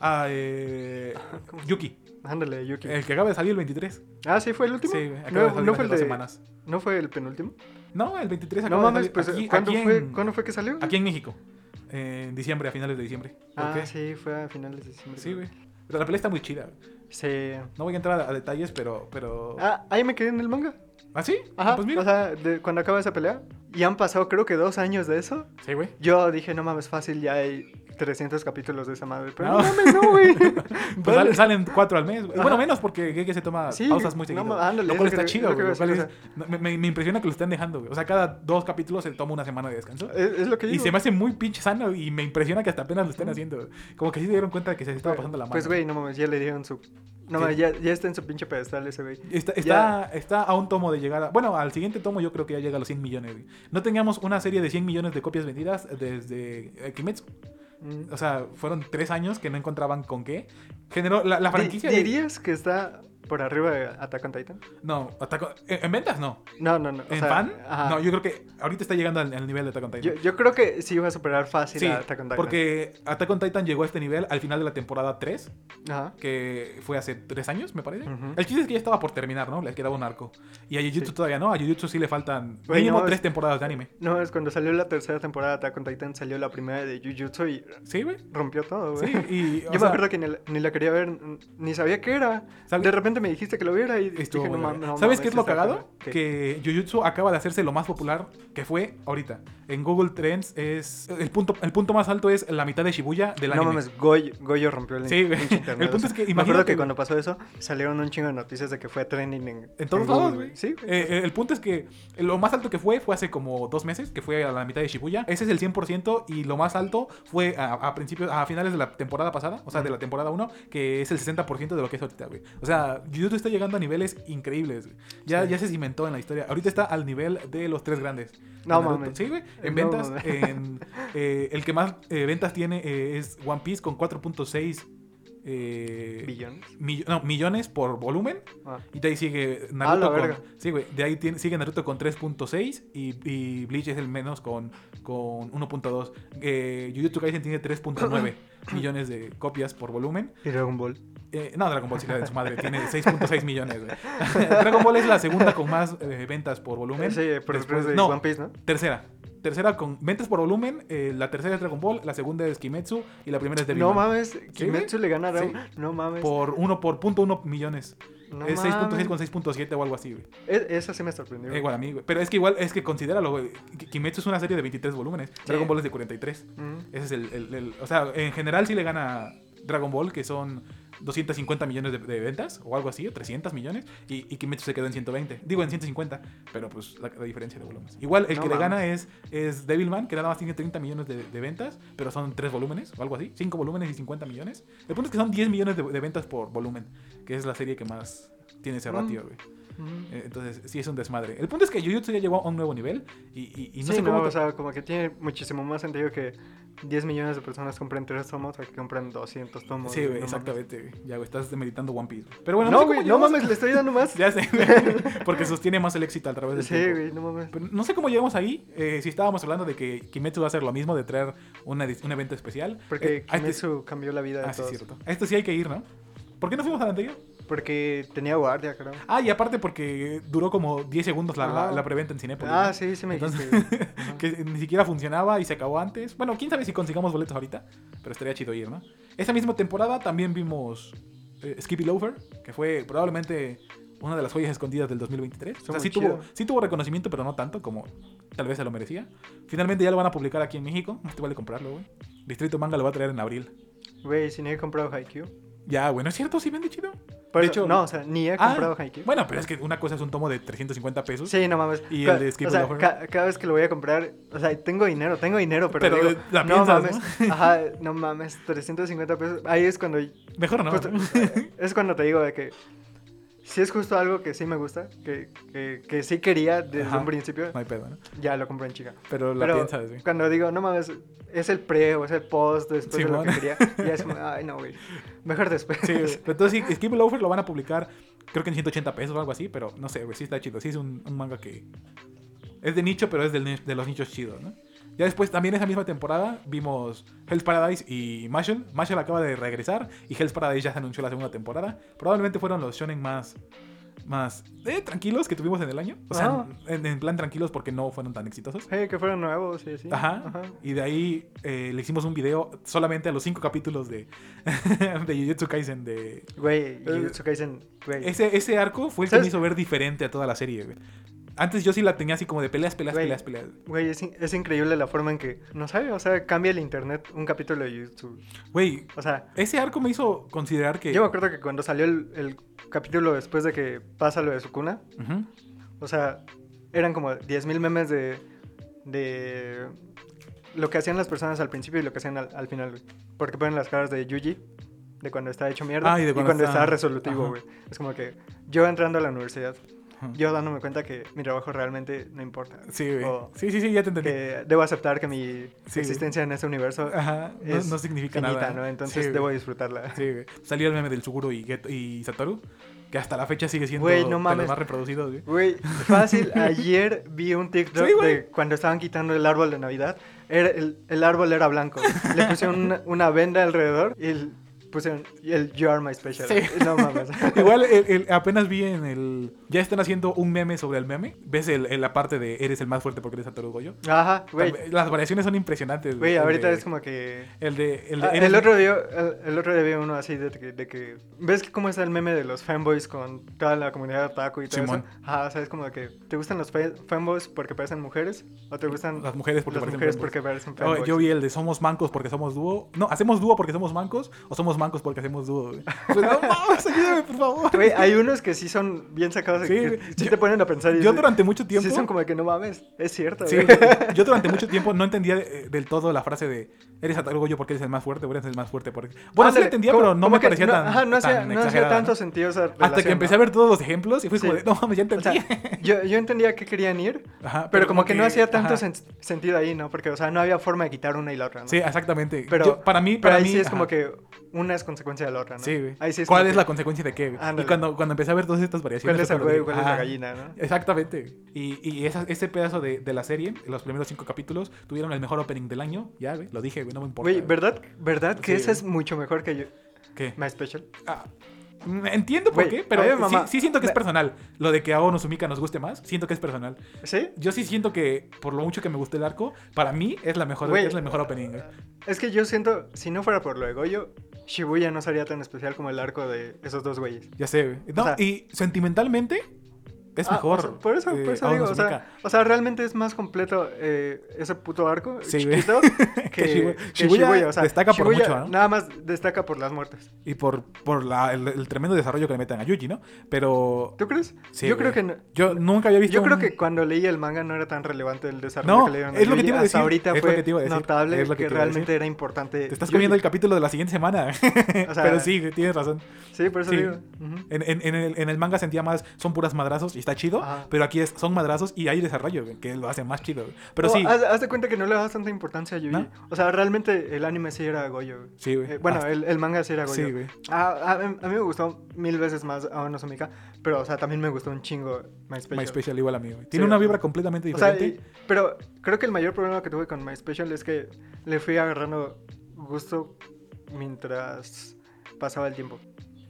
Speaker 1: Ah, eh,
Speaker 2: ¿Cómo se-
Speaker 1: Yuki.
Speaker 2: Ándale, de Yuki.
Speaker 1: El que acaba de salir el 23.
Speaker 2: Ah, sí, fue el último.
Speaker 1: Sí, güey, acaba de
Speaker 2: no,
Speaker 1: salir
Speaker 2: no
Speaker 1: hace
Speaker 2: fue el
Speaker 1: dos
Speaker 2: de-
Speaker 1: semanas.
Speaker 2: ¿No fue el penúltimo?
Speaker 1: No, el 23
Speaker 2: No
Speaker 1: acaba de
Speaker 2: mames,
Speaker 1: salir
Speaker 2: pues
Speaker 1: aquí,
Speaker 2: ¿cuándo,
Speaker 1: aquí
Speaker 2: fue,
Speaker 1: en,
Speaker 2: ¿cuándo fue que salió?
Speaker 1: aquí en México. Eh, En diciembre, a finales de diciembre. ¿Por
Speaker 2: Ah,
Speaker 1: qué?
Speaker 2: sí, fue a finales de diciembre.
Speaker 1: Sí, güey. Pero la pelea está muy chida.
Speaker 2: Sí.
Speaker 1: No voy a entrar a, a detalles, pero... pero... ¿Ah,
Speaker 2: Ah, ahí me quedé en el manga.
Speaker 1: sí?
Speaker 2: Ajá.
Speaker 1: Pues mira.
Speaker 2: O sea, de- cuando acaba esa pelea. Y han pasado creo que dos años de eso.
Speaker 1: Sí, güey.
Speaker 2: Yo dije, no mames, fácil, ya hay 300 capítulos de esa madre. Pero
Speaker 1: No.
Speaker 2: no, mames, no, güey.
Speaker 1: Pues
Speaker 2: Vale.
Speaker 1: sal- salen cuatro al mes. güey.
Speaker 2: Ajá.
Speaker 1: Bueno, menos porque Gege se toma
Speaker 2: Sí,
Speaker 1: pausas muy
Speaker 2: no
Speaker 1: seguido.
Speaker 2: ma-
Speaker 1: güey.
Speaker 2: ándale,
Speaker 1: lo cual
Speaker 2: es lo
Speaker 1: está
Speaker 2: que-
Speaker 1: chido,
Speaker 2: es lo que
Speaker 1: güey, lo
Speaker 2: iba a
Speaker 1: cual
Speaker 2: decir,
Speaker 1: es- me, me- me impresiona que lo están dejando, güey. O sea, cada dos capítulos se toma una semana de descanso.
Speaker 2: Es, es lo que digo.
Speaker 1: Y se me hace muy pinche sano y me impresiona que hasta apenas lo estén haciendo. Como que sí se dieron cuenta de que se estaba pasando la mano.
Speaker 2: Pues, güey, no mames, ya le dieron su... No
Speaker 1: Sí.
Speaker 2: mames, ya, ya está en su pinche pedestal ese güey.
Speaker 1: Está,
Speaker 2: Ya.
Speaker 1: está, está a un tomo de llegar a... Bueno, al siguiente tomo yo creo que ya llega a los 100 millones. güey. No teníamos una serie de 100 millones de copias vendidas desde eh, Kimetsu.
Speaker 2: Mm.
Speaker 1: O sea, fueron tres años que no encontraban con qué. Generó la, la
Speaker 2: Di-
Speaker 1: franquicia... de-
Speaker 2: ¿Dirías que está por arriba de Attack on Titan?
Speaker 1: No, Attack on- en, en ventas no.
Speaker 2: No, no, no. o
Speaker 1: ¿En
Speaker 2: sea,
Speaker 1: fan?
Speaker 2: ajá.
Speaker 1: No, yo creo que ahorita está llegando al, al nivel de Attack on Titan.
Speaker 2: Yo, yo creo que sí iba a superar fácil
Speaker 1: sí,
Speaker 2: a Attack on Titan.
Speaker 1: porque Attack on Titan llegó a este nivel al final de la temporada 3,
Speaker 2: Ajá.
Speaker 1: que fue hace tres años, me parece.
Speaker 2: Ujú.
Speaker 1: El chiste es que ya estaba por terminar, ¿no? Le quedaba un arco. Y a Jujutsu
Speaker 2: Sí.
Speaker 1: todavía no. A Jujutsu sí le faltan
Speaker 2: Güey,
Speaker 1: mínimo
Speaker 2: no,
Speaker 1: tres
Speaker 2: es-
Speaker 1: temporadas de anime.
Speaker 2: No, es cuando salió la tercera temporada de Attack on Titan, salió la primera de Jujutsu y
Speaker 1: Sí, güey.
Speaker 2: rompió todo, güey.
Speaker 1: Sí, y.
Speaker 2: Yo
Speaker 1: o
Speaker 2: me
Speaker 1: sea,
Speaker 2: acuerdo que ni la, ni la quería ver, n- ni sabía qué era.
Speaker 1: ¿sabe-
Speaker 2: De repente me dijiste que lo viera y
Speaker 1: estuvo
Speaker 2: dije, no
Speaker 1: muy
Speaker 2: mames.
Speaker 1: verga.
Speaker 2: no
Speaker 1: ¿Sabes
Speaker 2: mames,
Speaker 1: qué es lo
Speaker 2: está
Speaker 1: cagado?
Speaker 2: cabrón. ¿Qué?
Speaker 1: Que Jujutsu acaba de hacerse lo más popular que fue ahorita. En Google Trends es. El punto, el punto más alto es la mitad de Shibuya del
Speaker 2: no
Speaker 1: anime.
Speaker 2: mames, Goyo, Goyo rompió el
Speaker 1: Sí, güey.
Speaker 2: pinche internet,
Speaker 1: El punto
Speaker 2: o sea,
Speaker 1: es que
Speaker 2: Me acuerdo
Speaker 1: imagínate,
Speaker 2: que
Speaker 1: güey.
Speaker 2: cuando pasó eso, salieron un chingo de noticias de que fue trending en,
Speaker 1: En todos
Speaker 2: Google,
Speaker 1: lados, güey.
Speaker 2: Sí, güey.
Speaker 1: Eh, eh, el punto es que lo más alto que fue fue hace como dos meses, que fue a la mitad de Shibuya. Ese es el 100% y lo más alto fue a, a principios, a finales de la temporada pasada, o sea, de la temporada 1, que es el 60% de lo que es ahorita, güey. O sea, Jujutsu está llegando a niveles increíbles, güey. Ya,
Speaker 2: Sí.
Speaker 1: ya se cimentó en la historia. Ahorita está al nivel de los tres grandes.
Speaker 2: No
Speaker 1: De Naruto.
Speaker 2: mames.
Speaker 1: Sí, güey. En
Speaker 2: No
Speaker 1: ventas,
Speaker 2: mames.
Speaker 1: en, eh, el que más eh, ventas tiene eh, es One Piece con 4.6 eh,
Speaker 2: Billones.
Speaker 1: mill- no, millones por volumen.
Speaker 2: Ah.
Speaker 1: Y de ahí sigue
Speaker 2: Ah, la
Speaker 1: Naruto con-
Speaker 2: verga.
Speaker 1: Sí, güey. De ahí tiene- sigue Naruto con 3.6 y, y Bleach es el menos con, con 1.2. Eh, Jujutsu Kaisen tiene 3.9 millones de copias por volumen.
Speaker 2: Y Dragon Ball.
Speaker 1: Eh, no, Dragon Ball sí la de su madre. tiene 6.6 millones, güey. Dragon Ball es la segunda con más eh, ventas por volumen.
Speaker 2: Sí, por
Speaker 1: Después-
Speaker 2: después de
Speaker 1: no,
Speaker 2: One Piece, ¿no?
Speaker 1: tercera. Tercera con ventas por volumen. eh, la tercera es Dragon Ball, la segunda es Kimetsu y la primera es
Speaker 2: No
Speaker 1: Devilman.
Speaker 2: mames, Kimetsu
Speaker 1: güey.
Speaker 2: le gana a Dragon.
Speaker 1: Sí.
Speaker 2: No mames.
Speaker 1: Por, uno, por punto uno millones.
Speaker 2: no
Speaker 1: es
Speaker 2: mames.
Speaker 1: 6.6 con 6.7 o algo así, güey.
Speaker 2: E- Esa sí me sorprendió.
Speaker 1: Eh, Igual a mí, güey. Pero es que igual, es que considéralo, güey. Ki- Kimetsu es una serie de 23 volúmenes. Dragon Ball es de 43.
Speaker 2: Mm.
Speaker 1: Ese es el, el- el- O sea, en general sí le gana Dragon Ball, que son 250 millones de, de ventas o algo así, o 300 millones. Y, y Kimetsu se quedó en 120. Digo, en 150. Pero pues la, la diferencia de volúmenes. Igual el
Speaker 2: No
Speaker 1: que le
Speaker 2: mames.
Speaker 1: gana es, es Devilman, que nada más tiene 30 millones de, de ventas, pero son 3 volúmenes o algo así. 5 volúmenes y 50 millones. El punto es que son 10 millones de, de ventas por volumen, que es la serie que más tiene ese
Speaker 2: Mm.
Speaker 1: ratio, güey.
Speaker 2: Ujú.
Speaker 1: Eh, Entonces, sí es un desmadre. El punto es que Jujutsu ya llegó a un nuevo nivel y, y- y no
Speaker 2: sí,
Speaker 1: sé cómo.
Speaker 2: no, o sea, como que tiene muchísimo más sentido que 10 millones de personas compren 3 tomos a que compren 200 tomos.
Speaker 1: sí,
Speaker 2: güey,
Speaker 1: güey,
Speaker 2: no
Speaker 1: exactamente. güey. Ya, güey, estás meditando One Piece. güey. Pero bueno,
Speaker 2: mames. No,
Speaker 1: sé cómo
Speaker 2: güey, no
Speaker 1: llegamos-
Speaker 2: mames, le estoy dando más.
Speaker 1: Ya pues. sé, güey, porque sostiene más el éxito a través del
Speaker 2: sí,
Speaker 1: tiempo.
Speaker 2: güey, no mames.
Speaker 1: Pero no sé cómo llegamos ahí. eh, si estábamos hablando de que Kimetsu va a hacer lo mismo, de traer una edi- un evento especial.
Speaker 2: Porque
Speaker 1: Eh, a este-
Speaker 2: Kimetsu cambió la vida de
Speaker 1: Ah, sí,
Speaker 2: todos.
Speaker 1: cierto. A este sí hay que ir, ¿no? ¿Por qué no fuimos al anterior?
Speaker 2: Porque tenía guardia, creo.
Speaker 1: Ah, y aparte porque duró como 10 segundos la, la-
Speaker 2: Ajá.
Speaker 1: la preventa en Cinépolis.
Speaker 2: Ah,
Speaker 1: ¿no?
Speaker 2: sí, sí me
Speaker 1: Entonces-
Speaker 2: dijiste, güey. Ajá.
Speaker 1: Que ni siquiera funcionaba y se acabó antes. Bueno, quién sabe si consigamos boletos ahorita, pero estaría chido ir, ¿no? Esa misma temporada también vimos eh, Skippy Loafer, que fue probablemente una de las joyas escondidas del 2023. O
Speaker 2: Está
Speaker 1: sea,
Speaker 2: muy
Speaker 1: sí tuvo,
Speaker 2: chido.
Speaker 1: sí tuvo reconocimiento, pero no tanto como tal vez se lo merecía. Finalmente ya lo van a publicar aquí en México. Más te vale comprarlo, güey. Distrito Manga lo va a traer en abril.
Speaker 2: Güey, si ni he comprado Haikyuu.
Speaker 1: Ya, bueno, es cierto, sí vende chido.
Speaker 2: Por
Speaker 1: de
Speaker 2: eso-
Speaker 1: hecho,
Speaker 2: no, o sea, ni he
Speaker 1: Ah,
Speaker 2: comprado Haikyuu.
Speaker 1: Bueno, pero es que una cosa es un tomo de 350 pesos.
Speaker 2: Sí, no mames.
Speaker 1: Y
Speaker 2: Ca-
Speaker 1: el de Skip
Speaker 2: o sea,
Speaker 1: Lover.
Speaker 2: ca- cada vez que lo voy a comprar, o sea, tengo dinero, tengo dinero, pero,
Speaker 1: Pero
Speaker 2: digo,
Speaker 1: la
Speaker 2: no
Speaker 1: piensas,
Speaker 2: mames. Ajá, no mames, 350 pesos. Ahí es cuando
Speaker 1: Mejor no.
Speaker 2: justo-
Speaker 1: ¿no?
Speaker 2: es cuando te digo de que si es justo algo que sí me gusta, que, que, que sí quería desde
Speaker 1: Ajá.
Speaker 2: un principio,
Speaker 1: No hay pedo, ¿no?
Speaker 2: ya lo compré en chica.
Speaker 1: Pero la
Speaker 2: Pero
Speaker 1: piensas, güey.
Speaker 2: cuando digo, no mames, es el pre o es el post después de lo que
Speaker 1: Simón.
Speaker 2: quería, ya es como, ay no, güey, mejor después.
Speaker 1: Sí, güey. Pero entonces sí, Skip Loafer lo van a publicar, creo que en 180 pesos o algo así, pero no sé, güey, sí está chido. Sí es un, un manga que es de nicho, pero es del ni- de los nichos chidos, ¿no? Ya después, también esa misma temporada, vimos Hell's Paradise y Marshall. Marshall acaba de regresar y Hell's Paradise ya se anunció la segunda temporada. Probablemente fueron los shonen más, más eh, tranquilos que tuvimos en el año. O sea,
Speaker 2: Ah.
Speaker 1: en, en plan tranquilos porque no fueron tan exitosos.
Speaker 2: Sí, que fueron nuevos, sí, sí.
Speaker 1: Ajá. Y de ahí eh, le hicimos un video solamente a los cinco capítulos de, de Jujutsu Kaisen de,
Speaker 2: Güey, Jujutsu Kaisen, güey.
Speaker 1: Eh, ese, ese arco fue el que me
Speaker 2: ¿Sabes?
Speaker 1: hizo ver diferente a toda la serie, güey. Antes yo sí la tenía así como de peleas, peleas,
Speaker 2: Güey.
Speaker 1: peleas, peleas.
Speaker 2: Güey, es, in- es increíble la forma en que, no sabe, o sea, cambia el internet un capítulo de YouTube.
Speaker 1: Güey,
Speaker 2: O sea,
Speaker 1: ese arco me hizo considerar que...
Speaker 2: yo me acuerdo que cuando salió el, el capítulo después de que pasa lo de su cuna,
Speaker 1: Ujú.
Speaker 2: o sea, eran como 10.000 memes de, de lo que hacían las personas al principio y lo que hacían al, al final, güey. Porque ponen las caras de Yuji, de cuando está hecho mierda,
Speaker 1: Ah, y de cuando
Speaker 2: cuando
Speaker 1: está-
Speaker 2: está, resolutivo,
Speaker 1: Ajá.
Speaker 2: güey. Es como que yo entrando a la universidad,
Speaker 1: Ajá.
Speaker 2: yo dándome cuenta que mi trabajo realmente no importa. güey.
Speaker 1: Sí, güey.
Speaker 2: O-
Speaker 1: Sí, sí, sí, ya te entendí.
Speaker 2: que debo aceptar que mi
Speaker 1: Sí.
Speaker 2: existencia en este universo
Speaker 1: Ajá, no,
Speaker 2: es
Speaker 1: no significa
Speaker 2: finita,
Speaker 1: nada.
Speaker 2: ¿no? Entonces
Speaker 1: Sí,
Speaker 2: debo
Speaker 1: güey.
Speaker 2: disfrutarla.
Speaker 1: Sí, güey. Salió el meme del Suguro y, Get- y Satoru, que hasta la fecha sigue siendo
Speaker 2: Güey, no
Speaker 1: de los
Speaker 2: mames.
Speaker 1: más reproducidos, güey.
Speaker 2: Güey, fácil, ayer vi un TikTok
Speaker 1: Sí, güey.
Speaker 2: de cuando estaban quitando el árbol de Navidad. Era- el, el árbol era blanco. Le pusieron una, una venda alrededor y el- pusieron el You Are My Special.
Speaker 1: Sí.
Speaker 2: No mames.
Speaker 1: Igual el- el- apenas vi en el... Ya están haciendo un meme sobre el meme. ¿Ves el- el- la parte de eres el más fuerte porque eres Satoru Goyo?
Speaker 2: Ajá, güey.
Speaker 1: Las variaciones son impresionantes.
Speaker 2: Güey,
Speaker 1: El
Speaker 2: ahorita
Speaker 1: de-
Speaker 2: es como que...
Speaker 1: El de... El, de
Speaker 2: Ah, El,
Speaker 1: eres-
Speaker 2: otro día, el, el otro día vi uno así de que, de que- ¿Ves que cómo está el meme de los fanboys con toda la comunidad otaku y todo
Speaker 1: Simón.
Speaker 2: eso? Ah, o sea, es como de que ¿te gustan los fa- fanboys porque parecen mujeres? ¿O te gustan
Speaker 1: Las mujeres porque
Speaker 2: las
Speaker 1: parecen
Speaker 2: mujeres
Speaker 1: fanboys?
Speaker 2: porque parecen
Speaker 1: Oh,
Speaker 2: fanboys?
Speaker 1: yo vi el de somos mancos porque somos dúo. No, hacemos dúo porque somos mancos o somos mancos porque hacemos dúo. güey? Pues, no mames, ayúdame, por favor.
Speaker 2: Güey, hay unos que sí son bien sacados de
Speaker 1: Sí,
Speaker 2: que
Speaker 1: güey.
Speaker 2: sí
Speaker 1: Yo-
Speaker 2: te ponen a pensar. y
Speaker 1: Yo
Speaker 2: sí-
Speaker 1: durante mucho tiempo.
Speaker 2: Sí son como de que no mames, es cierto.
Speaker 1: Sí,
Speaker 2: güey.
Speaker 1: güey. yo durante mucho tiempo no entendía eh, del todo la frase de eres Ataru Goyo porque eres el más fuerte o eres el más fuerte porque. Bueno, sí la
Speaker 2: Ándale,
Speaker 1: entendía,
Speaker 2: como-
Speaker 1: pero no
Speaker 2: como
Speaker 1: me
Speaker 2: que
Speaker 1: parecía tan.
Speaker 2: Ajá, no hacía,
Speaker 1: tan
Speaker 2: no hacía
Speaker 1: exagerada,
Speaker 2: tanto
Speaker 1: ¿no?
Speaker 2: sentido esa relación.
Speaker 1: Hasta que empecé a ver todos los ejemplos y fue como
Speaker 2: Sí.
Speaker 1: de, no mames, ya
Speaker 2: ¿no? O
Speaker 1: entendí.
Speaker 2: sea, yo, yo entendía que querían ir,
Speaker 1: Ajá,
Speaker 2: pero, como que no hacía tanto
Speaker 1: ajá.
Speaker 2: sen- sentido ahí, ¿no? Porque, o sea, no había forma de quitar una y la otra, ¿no?
Speaker 1: Sí, exactamente.
Speaker 2: Pero-
Speaker 1: Yo- para mí,
Speaker 2: Pero
Speaker 1: para
Speaker 2: ahí
Speaker 1: mí.
Speaker 2: sí es
Speaker 1: ajá.
Speaker 2: como que una es consecuencia de la otra, ¿no?
Speaker 1: Sí, güey.
Speaker 2: Ahí sí es
Speaker 1: ¿Cuál
Speaker 2: como
Speaker 1: es
Speaker 2: que,
Speaker 1: la consecuencia de qué? güey?
Speaker 2: Ándale.
Speaker 1: Y cuando, cuando empecé a ver todas estas variaciones.
Speaker 2: ¿Cuál es
Speaker 1: fue
Speaker 2: el
Speaker 1: como de,
Speaker 2: huevo y cuál es la
Speaker 1: ah,
Speaker 2: gallina, no?
Speaker 1: Exactamente. Y, y esa- ese pedazo de, de la serie, los primeros cinco capítulos, tuvieron el mejor opening del año. Ya, güey, lo dije, güey, no me importa.
Speaker 2: Güey, ¿verdad, ¿verdad que
Speaker 1: Sí,
Speaker 2: esa
Speaker 1: güey.
Speaker 2: es mucho mejor que yo?
Speaker 1: ¿Qué?
Speaker 2: My Special.
Speaker 1: Ah, mm, entiendo por
Speaker 2: Güey,
Speaker 1: qué, pero
Speaker 2: a mí me
Speaker 1: sí-
Speaker 2: mama-
Speaker 1: sí, siento que es
Speaker 2: me-
Speaker 1: personal. Lo de que a Ono Sumika nos guste más, siento que es personal.
Speaker 2: ¿Sí?
Speaker 1: Yo sí siento que, por lo mucho que me gusta el arco, para mí es la mejor,
Speaker 2: Güey.
Speaker 1: es la mejor opening. güey.
Speaker 2: Es que yo siento, si no fuera por lo de Goyo, Shibuya no sería tan especial como el arco de esos dos güeyes.
Speaker 1: Ya sé, güey. No,
Speaker 2: O sea-
Speaker 1: y sentimentalmente Es
Speaker 2: Ah,
Speaker 1: mejor.
Speaker 2: o sea, por eso,
Speaker 1: eh,
Speaker 2: por eso
Speaker 1: Aún
Speaker 2: digo.
Speaker 1: no
Speaker 2: O
Speaker 1: se
Speaker 2: sea,
Speaker 1: peca.
Speaker 2: o sea, realmente es más completo eh, ese puto arco
Speaker 1: Sí,
Speaker 2: chiquito que,
Speaker 1: Que Shibuya.
Speaker 2: que
Speaker 1: Shibuya
Speaker 2: O sea,
Speaker 1: destaca por
Speaker 2: Shibuya
Speaker 1: mucho, ¿no?
Speaker 2: Nada más destaca por las muertes.
Speaker 1: Y por, por la- el, el tremendo desarrollo que le meten a Yuji, ¿no? Pero.
Speaker 2: ¿Tú crees?
Speaker 1: Sí,
Speaker 2: yo
Speaker 1: güey.
Speaker 2: creo que no-
Speaker 1: Yo nunca había visto.
Speaker 2: Yo creo
Speaker 1: un-
Speaker 2: que cuando leí el manga no era tan relevante el desarrollo
Speaker 1: No,
Speaker 2: que le dieron a
Speaker 1: es lo que
Speaker 2: Yuji.
Speaker 1: te iba a
Speaker 2: Hasta
Speaker 1: decir,
Speaker 2: ahorita
Speaker 1: es lo
Speaker 2: fue
Speaker 1: que te iba a decir,
Speaker 2: notable
Speaker 1: es lo que
Speaker 2: que,
Speaker 1: te iba a decir.
Speaker 2: realmente era importante.
Speaker 1: Te estás
Speaker 2: Yuji.
Speaker 1: comiendo el capítulo de la siguiente semana.
Speaker 2: O sea-
Speaker 1: Pero sí, tienes razón.
Speaker 2: Sí, por eso
Speaker 1: Sí.
Speaker 2: digo. ujú.
Speaker 1: En, en- en el, en el manga sentía más, son puras madrazos y está chido.
Speaker 2: Ajá.
Speaker 1: Pero aquí es, son madrazos y hay desarrollo, güey, que lo hace más chido. güey. Pero
Speaker 2: No,
Speaker 1: sí.
Speaker 2: Haz, haz de cuenta que no le das tanta importancia a Yuji.
Speaker 1: ¿No?
Speaker 2: O sea, realmente el anime sí era Goyo. güey.
Speaker 1: Sí, güey.
Speaker 2: Eh, bueno,
Speaker 1: Hasta-
Speaker 2: el, el manga sí era Goyo.
Speaker 1: Sí, güey.
Speaker 2: Ah, a, a mí me gustó mil veces más Aono Sumika, pero, o sea, también me gustó un chingo My Special.
Speaker 1: My Special igual a mí, güey. Tiene
Speaker 2: Sí,
Speaker 1: una
Speaker 2: o sea.
Speaker 1: vibra completamente
Speaker 2: O sea,
Speaker 1: diferente.
Speaker 2: y- pero creo que el mayor problema que tuve con My Special es que le fui agarrando gusto mientras pasaba el tiempo.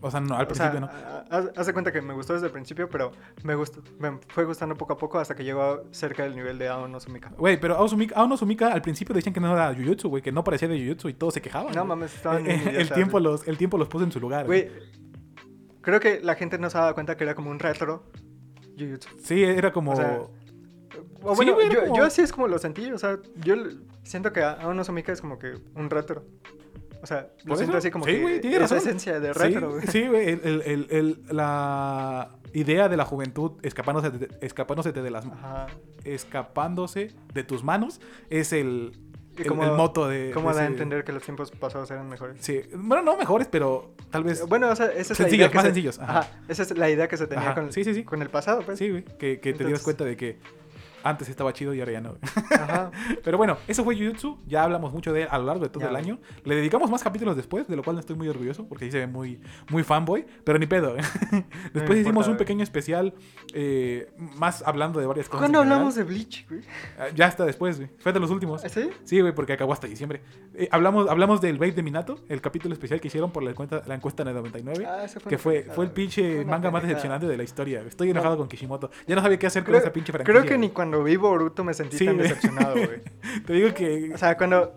Speaker 1: o sea, no, al
Speaker 2: O sea,
Speaker 1: principio no.
Speaker 2: ha- haz, haz de cuenta que me gustó desde el principio, pero me, gustó, me fue gustando poco a poco hasta que llegó cerca del nivel de Aono Sumika.
Speaker 1: Güey, pero Aosumika, Aono Sumika al principio decían que no era Jujutsu, güey, que no parecía de Jujutsu y todos se quejaban.
Speaker 2: No
Speaker 1: güey.
Speaker 2: mames, estaban
Speaker 1: Eh,
Speaker 2: bien
Speaker 1: eh, el,
Speaker 2: idiotas,
Speaker 1: tiempo
Speaker 2: güey.
Speaker 1: los, el tiempo los puso en su lugar. güey.
Speaker 2: Güey, creo que la gente no se ha dado cuenta que era como un retro Jujutsu.
Speaker 1: Sí, era como.
Speaker 2: O sea, O
Speaker 1: Sí,
Speaker 2: bueno,
Speaker 1: güey, era
Speaker 2: yo,
Speaker 1: como-
Speaker 2: yo así es como lo sentí, o sea, yo l- siento que a- Aono Sumika es como que un retro. O sea, lo
Speaker 1: ¿Por eso?
Speaker 2: siento así como
Speaker 1: Sí,
Speaker 2: que
Speaker 1: güey, tiene
Speaker 2: esa
Speaker 1: razón.
Speaker 2: esencia de
Speaker 1: Sí,
Speaker 2: retro, güey.
Speaker 1: Sí, güey. el- el- el- el- la idea de la juventud escapándose de, escapándose de las
Speaker 2: Ajá.
Speaker 1: escapándose de tus manos es el,
Speaker 2: Y
Speaker 1: el- el moto de.
Speaker 2: Cómo
Speaker 1: de
Speaker 2: da a
Speaker 1: ese-
Speaker 2: entender que los tiempos pasados eran mejores.
Speaker 1: Sí. Bueno, no mejores, pero tal vez.
Speaker 2: Bueno, o sea, esa es la
Speaker 1: Sencillos,
Speaker 2: idea que
Speaker 1: más
Speaker 2: se-
Speaker 1: sencillos, ajá.
Speaker 2: esa es la idea que se tenía
Speaker 1: Ajá,
Speaker 2: Con,
Speaker 1: sí, sí, sí.
Speaker 2: con el pasado, pues.
Speaker 1: sí, güey. Que, que te dieras
Speaker 2: Entonces-
Speaker 1: cuenta de que antes estaba chido y ahora ya no.
Speaker 2: Ajá.
Speaker 1: Pero bueno, eso fue Jujutsu. Ya hablamos mucho de él a lo largo de todo
Speaker 2: Ya,
Speaker 1: el
Speaker 2: güey.
Speaker 1: año. Le dedicamos más capítulos después, de lo cual no estoy muy orgulloso porque sí se ve muy, muy fanboy, pero ni pedo. ¿eh? después
Speaker 2: importa,
Speaker 1: hicimos un
Speaker 2: güey.
Speaker 1: pequeño especial eh, más hablando de varias cosas.
Speaker 2: ¿Cuándo
Speaker 1: en general.
Speaker 2: hablamos de Bleach, güey? ¿Ah,
Speaker 1: Ah, Ya está después, güey. Fue de los últimos.
Speaker 2: ¿Sí?
Speaker 1: Sí, güey, porque acabó hasta diciembre. Eh, hablamos, hablamos del Babe de Minato, el capítulo especial que hicieron por la encuesta, la encuesta en el 99.
Speaker 2: Ah, ese
Speaker 1: que
Speaker 2: una
Speaker 1: fue,
Speaker 2: pendejada,
Speaker 1: fue el
Speaker 2: güey.
Speaker 1: pinche
Speaker 2: Fue una
Speaker 1: manga más
Speaker 2: pendejada.
Speaker 1: decepcionante de la historia. güey. Estoy enojado con Kishimoto. Ya no sabía qué hacer con
Speaker 2: Creo,
Speaker 1: esa pinche
Speaker 2: creo
Speaker 1: franquicia.
Speaker 2: que ni
Speaker 1: güey.
Speaker 2: cuando vi Boruto me sentí
Speaker 1: Sí,
Speaker 2: tan
Speaker 1: güey.
Speaker 2: decepcionado, güey.
Speaker 1: Te digo que.
Speaker 2: O sea, cuando...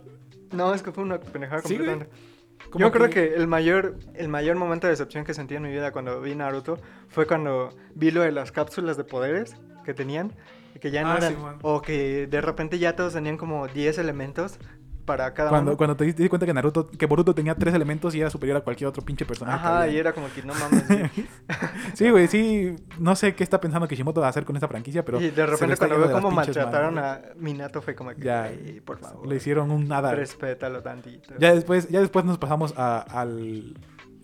Speaker 2: No, es que fue una pendejada
Speaker 1: Sí, güey.
Speaker 2: completamente.
Speaker 1: como
Speaker 2: Yo creo que el mayor, el mayor momento de decepción que sentí en mi vida cuando vi Naruto fue cuando vi lo de las cápsulas de poderes que tenían, y que ya no
Speaker 1: Ah,
Speaker 2: eran,
Speaker 1: sí, man.
Speaker 2: o que de repente ya todos tenían como 10 elementos para cada
Speaker 1: Cuando,
Speaker 2: uno.
Speaker 1: cuando te, di- te di cuenta que Naruto, que Boruto tenía tres elementos y era superior a cualquier otro pinche personaje. que
Speaker 2: Ajá,
Speaker 1: había.
Speaker 2: y era como que no mames. güey.
Speaker 1: Sí, güey, sí. No sé qué está pensando Kishimoto va a hacer con esta franquicia, pero.
Speaker 2: y
Speaker 1: se
Speaker 2: de
Speaker 1: le
Speaker 2: repente
Speaker 1: está
Speaker 2: cuando
Speaker 1: yendo
Speaker 2: veo
Speaker 1: de las
Speaker 2: cómo
Speaker 1: pinches manos,
Speaker 2: maltrataron
Speaker 1: güey.
Speaker 2: a Minato fue como que,
Speaker 1: Ya,
Speaker 2: "Ay, por favor,
Speaker 1: Le hicieron un nada. güey.
Speaker 2: respétalo tantito.
Speaker 1: Ya después, ya después nos pasamos a- al.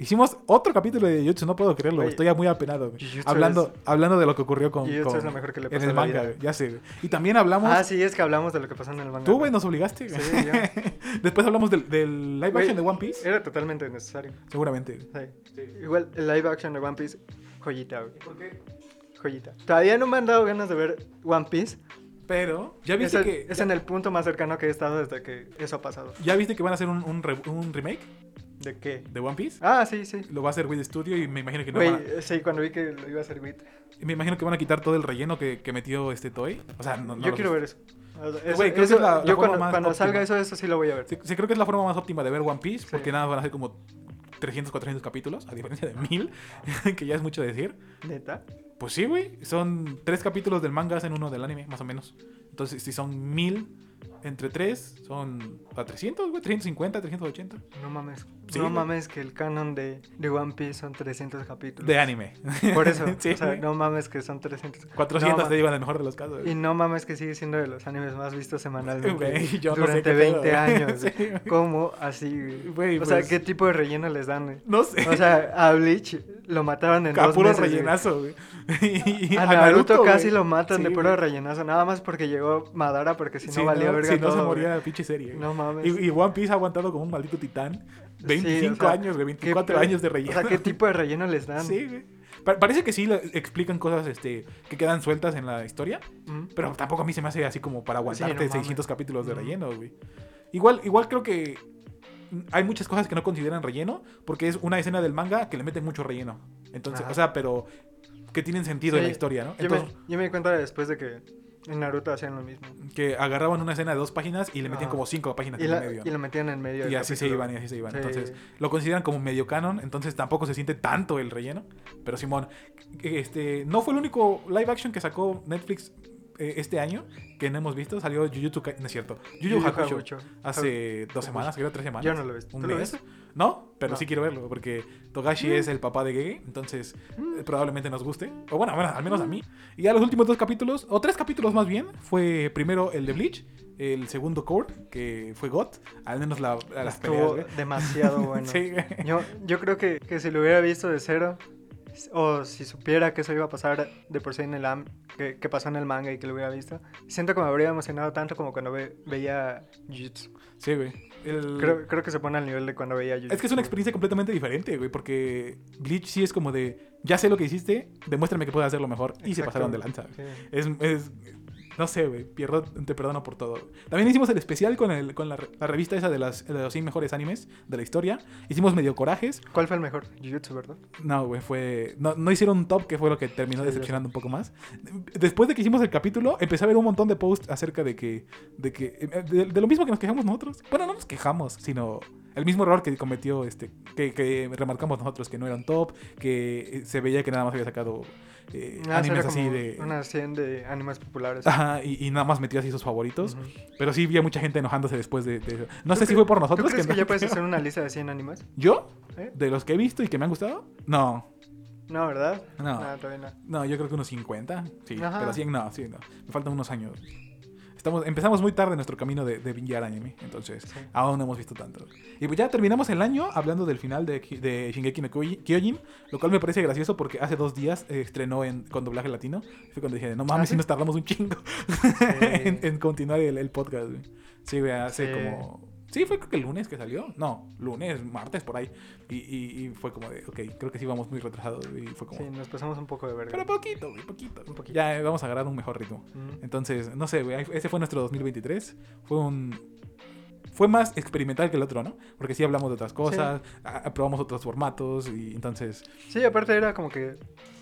Speaker 1: Hicimos otro capítulo de Jujutsu, no puedo creerlo,
Speaker 2: Güey,
Speaker 1: estoy ya muy apenado. güey.
Speaker 2: Jujutsu
Speaker 1: Hablando, hablando de lo que ocurrió con.
Speaker 2: Jujutsu
Speaker 1: con-
Speaker 2: es lo mejor que le
Speaker 1: En
Speaker 2: pasó
Speaker 1: el
Speaker 2: a la
Speaker 1: manga,
Speaker 2: vida.
Speaker 1: güey, ya sé. güey. Y también hablamos.
Speaker 2: Ah, sí, es que hablamos de lo que pasó en el manga.
Speaker 1: Tú, güey, nos obligaste. güey.
Speaker 2: Sí, yo.
Speaker 1: después hablamos del, del live
Speaker 2: Güey, eh,
Speaker 1: action de One Piece.
Speaker 2: Era totalmente necesario.
Speaker 1: Seguramente. güey.
Speaker 2: Sí. Igual el live action de One Piece, joyita, güey.
Speaker 1: ¿Por qué?
Speaker 2: Joyita. Todavía no me han dado ganas de ver One Piece.
Speaker 1: Pero, ya
Speaker 2: Es,
Speaker 1: viste
Speaker 2: el-
Speaker 1: que.
Speaker 2: es en el punto más cercano que he estado desde que eso ha pasado.
Speaker 1: ¿Ya viste que van a hacer un, un re- un remake
Speaker 2: ¿De qué?
Speaker 1: de One Piece?
Speaker 2: Ah, sí, sí.
Speaker 1: Lo va a hacer Wit Studio y me imagino que no
Speaker 2: Güey,
Speaker 1: van
Speaker 2: eh, sí, cuando vi que lo iba a hacer Wit.
Speaker 1: a, me imagino que van a quitar todo el relleno que, que metió este Toy. O sea, no, no
Speaker 2: yo
Speaker 1: lo
Speaker 2: quiero
Speaker 1: sé.
Speaker 2: ver eso. O sea, eso-
Speaker 1: Güey, creo que
Speaker 2: eso-
Speaker 1: es la- la
Speaker 2: yo
Speaker 1: forma
Speaker 2: cuando,
Speaker 1: más
Speaker 2: cuando salga
Speaker 1: óptima.
Speaker 2: eso, eso sí lo voy a ver.
Speaker 1: Sí, sí, creo que es la forma más óptima de ver One Piece,
Speaker 2: Sí.
Speaker 1: porque nada, más van a ser como 300, 400 capítulos, a diferencia de 1000, que ya es mucho decir.
Speaker 2: ¿Neta?
Speaker 1: Pues sí, güey, son tres capítulos del manga en uno del anime, más o menos. Entonces, si son 1000 entre 3, son a 300, güey, 350, 380
Speaker 2: No mames.
Speaker 1: Sí,
Speaker 2: no
Speaker 1: güey.
Speaker 2: mames que el canon de, de One Piece son 300 capítulos.
Speaker 1: de anime.
Speaker 2: Por eso.
Speaker 1: Sí,
Speaker 2: o sea,
Speaker 1: güey.
Speaker 2: no mames que son 300. No
Speaker 1: 400
Speaker 2: mames.
Speaker 1: te digo en el mejor de los casos. güey.
Speaker 2: Y no mames que sigue siendo de los animes más vistos semanalmente
Speaker 1: Güey, yo no sé
Speaker 2: durante
Speaker 1: qué pedo,
Speaker 2: 20
Speaker 1: güey.
Speaker 2: años.
Speaker 1: Sí,
Speaker 2: güey.
Speaker 1: güey.
Speaker 2: ¿Cómo así? güey?
Speaker 1: Güey,
Speaker 2: o sea,
Speaker 1: pues-
Speaker 2: ¿qué tipo de relleno les dan? güey?
Speaker 1: No sé.
Speaker 2: O sea, a Bleach lo mataron en
Speaker 1: a
Speaker 2: dos
Speaker 1: puro
Speaker 2: meses. güey.
Speaker 1: rellenazo, güey. Y- y
Speaker 2: A Naruto, casi
Speaker 1: güey.
Speaker 2: lo matan de
Speaker 1: Sí,
Speaker 2: puro
Speaker 1: güey.
Speaker 2: rellenazo, nada más porque llegó Madara porque si no
Speaker 1: Sí,
Speaker 2: valía
Speaker 1: no,
Speaker 2: verga
Speaker 1: si no
Speaker 2: todo,
Speaker 1: se
Speaker 2: güey.
Speaker 1: moría la pinche serie. güey.
Speaker 2: No mames.
Speaker 1: Y, y One Piece ha aguantado como un maldito titán.
Speaker 2: Sí,
Speaker 1: 25
Speaker 2: o sea,
Speaker 1: años, güey,
Speaker 2: ¿qué
Speaker 1: 24
Speaker 2: pe-
Speaker 1: años de relleno.
Speaker 2: O sea, ¿qué tipo de relleno les dan?
Speaker 1: Sí, güey. Pa- parece que sí le- explican cosas este, que quedan sueltas en la historia,
Speaker 2: ¿Mm?
Speaker 1: pero tampoco a mí se me hace así como para aguantarte
Speaker 2: no mames.
Speaker 1: 600 capítulos de
Speaker 2: No.
Speaker 1: relleno, güey. Igual, igual creo que hay muchas cosas que no consideran relleno porque es una escena del manga que le meten mucho relleno. Entonces,
Speaker 2: Ajá.
Speaker 1: o sea, pero que tienen sentido en la
Speaker 2: Sí,
Speaker 1: historia, ¿no?
Speaker 2: Yo,
Speaker 1: Entonces,
Speaker 2: me, yo me di cuenta después de que En Naruto hacían lo mismo.
Speaker 1: Que agarraban una escena de dos páginas y le metían
Speaker 2: Ajá.
Speaker 1: como cinco páginas
Speaker 2: Y,
Speaker 1: en
Speaker 2: la-
Speaker 1: medio.
Speaker 2: y lo metían en medio. del
Speaker 1: Y así se
Speaker 2: capítulo.
Speaker 1: iban y así se iban.
Speaker 2: Sí.
Speaker 1: Entonces, lo consideran como medio canon, entonces tampoco se siente tanto el relleno. Pero Simón, este, no fue el único live action que sacó Netflix eh, este año que no hemos visto. Salió Jujutsu Kaisen, no es cierto, Yu Yu
Speaker 2: Yu Yu
Speaker 1: Hakusho
Speaker 2: Hakusho.
Speaker 1: hace dos semanas, creo tres semanas.
Speaker 2: Yo no lo he visto.
Speaker 1: Un
Speaker 2: ¿Tú lo
Speaker 1: mes.
Speaker 2: ves?
Speaker 1: No, pero
Speaker 2: No. Mm.
Speaker 1: sí quiero verlo porque Togashi es el papá de Gege, entonces eh, probablemente nos guste. O bueno, bueno, al menos a mí. Y ya los últimos dos capítulos, o tres capítulos más bien, fue primero el de Bleach, el segundo Core, que fue God, al menos la, a las
Speaker 2: Estuvo
Speaker 1: peleas. güey.
Speaker 2: demasiado bueno.
Speaker 1: Sí, güey.
Speaker 2: Yo, yo creo que, que si lo hubiera visto de cero, o si supiera que eso iba a pasar de por sí en el am- que, que pasó en el manga y que lo hubiera visto, siento que me habría emocionado tanto como cuando ve- veía Jujutsu.
Speaker 1: Sí, güey. El-
Speaker 2: Creo, creo que se pone al nivel de cuando veía Jujutsu.
Speaker 1: Es que es una experiencia completamente diferente, güey, porque Bleach sí es como de, ya sé lo que hiciste, demuéstrame que puedes hacerlo mejor. Y se
Speaker 2: Exacto.
Speaker 1: pasaron de lanza. güey.
Speaker 2: Sí.
Speaker 1: Es, es- no sé, güey, pierdo- te perdono por todo. También hicimos el especial con, el, con la, re- la revista esa de, las, de los 100 mejores animes de la historia. Hicimos medio corajes.
Speaker 2: ¿Cuál fue el mejor? Jujutsu, ¿verdad?
Speaker 1: No, güey, fue. No, no hicieron un top, que fue lo que terminó
Speaker 2: Sí,
Speaker 1: decepcionando un poco más. Después de que hicimos el capítulo, empecé a ver un montón de posts acerca de que. de que. eh, de, de lo mismo que nos quejamos nosotros. Bueno, no nos quejamos, sino. El mismo error que cometió este. Que, que remarcamos nosotros, que no era un top, que eh, se veía que nada más había sacado eh,
Speaker 2: Ah, sí,
Speaker 1: animes
Speaker 2: era
Speaker 1: así
Speaker 2: como
Speaker 1: de.
Speaker 2: Una 100 de animes populares.
Speaker 1: Ajá, y, y nada más metió así sus favoritos.
Speaker 2: Ujú.
Speaker 1: Pero sí vi a mucha gente enojándose después de, de eso. No
Speaker 2: ¿Tú
Speaker 1: sé si
Speaker 2: cre-
Speaker 1: fue por
Speaker 2: ¿Tú
Speaker 1: nosotros
Speaker 2: crees que,
Speaker 1: no-
Speaker 2: ya puedes hacer una lista de 100 animes?
Speaker 1: ¿Yo?
Speaker 2: ¿Eh?
Speaker 1: ¿De los que he visto y que me han gustado? No.
Speaker 2: No, ¿verdad?
Speaker 1: No.
Speaker 2: todavía no.
Speaker 1: No, yo creo que unos 50. Sí,
Speaker 2: Ajá.
Speaker 1: pero 100 no, sí, no. Me faltan unos años. Estamos, empezamos muy tarde nuestro camino de, de vingar anime, entonces
Speaker 2: Sí.
Speaker 1: aún no hemos visto tanto. Y pues ya terminamos el año hablando del final de, Ki- de Shingeki no Kyoji- Kyojin, lo cual me parece gracioso porque hace dos días eh, estrenó en, con doblaje latino. Fue cuando dije, no mames,
Speaker 2: ¿Ah,
Speaker 1: si
Speaker 2: sí?
Speaker 1: nos tardamos un chingo en, en continuar el, el podcast. güey. Sí, güey, hace
Speaker 2: Sí.
Speaker 1: como... Sí, fue creo que el lunes que salió. No, lunes, martes, por ahí. Y, y- y fue como de, ok, creo que sí vamos muy retrasados. Y fue como,
Speaker 2: Sí, nos pasamos un poco de verga.
Speaker 1: pero poquito, güey, poquito.
Speaker 2: Un poquito.
Speaker 1: Ya eh, vamos a agarrar un mejor ritmo.
Speaker 2: Ujú.
Speaker 1: Entonces, no sé, güey, ahí- ese fue nuestro 2023. Fue un... Fue más experimental que el otro, ¿no? Porque sí hablamos de otras cosas, a- probamos otros formatos y entonces...
Speaker 2: Sí, aparte era como que,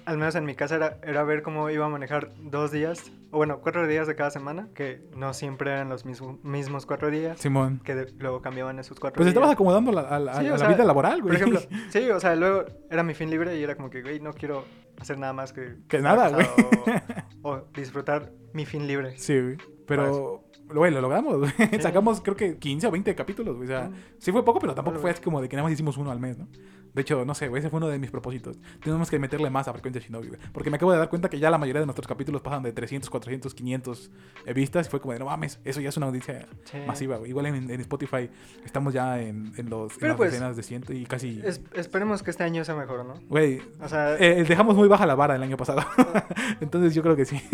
Speaker 2: al menos en mi casa, era, era ver cómo iba a manejar dos días, o bueno, cuatro días de cada semana, que no siempre eran los mismo- mismos cuatro días,
Speaker 1: Simón.
Speaker 2: que de- luego cambiaban esos cuatro
Speaker 1: Pues te
Speaker 2: días.
Speaker 1: estabas acomodando la- a la, a
Speaker 2: Sí, o
Speaker 1: la
Speaker 2: sea,
Speaker 1: vida laboral, güey.
Speaker 2: Por ejemplo, sí, o sea, luego era mi fin libre y era como que, güey, no quiero hacer nada más que...
Speaker 1: Que nada, güey.
Speaker 2: O, o disfrutar mi fin libre.
Speaker 1: Sí, güey. Pero, güey, lo logramos. güey. Sacamos creo que 15 o 20 capítulos, güey. O sea,
Speaker 2: Mm.
Speaker 1: sí fue poco, pero tampoco
Speaker 2: Vale,
Speaker 1: fue
Speaker 2: güey.
Speaker 1: así como de que nada más hicimos uno al mes, ¿no? De hecho, no sé, güey, ese fue uno de mis propósitos. Tenemos que meterle más a Frecuencia Shinobi, güey. Porque me acabo de dar cuenta que ya la mayoría de nuestros capítulos pasan de 300, 400, 500 eh, vistas. Y fue como de, no mames, eso ya es una audiencia
Speaker 2: Sí.
Speaker 1: masiva, güey. Igual en, en Spotify estamos ya en, en los, en
Speaker 2: Pero
Speaker 1: las
Speaker 2: pues,
Speaker 1: decenas de cientos y casi...
Speaker 2: Es- esperemos que este año sea mejor, ¿no?
Speaker 1: Güey,
Speaker 2: O sea,
Speaker 1: eh, dejamos muy baja la vara el año pasado. Entonces yo creo que sí.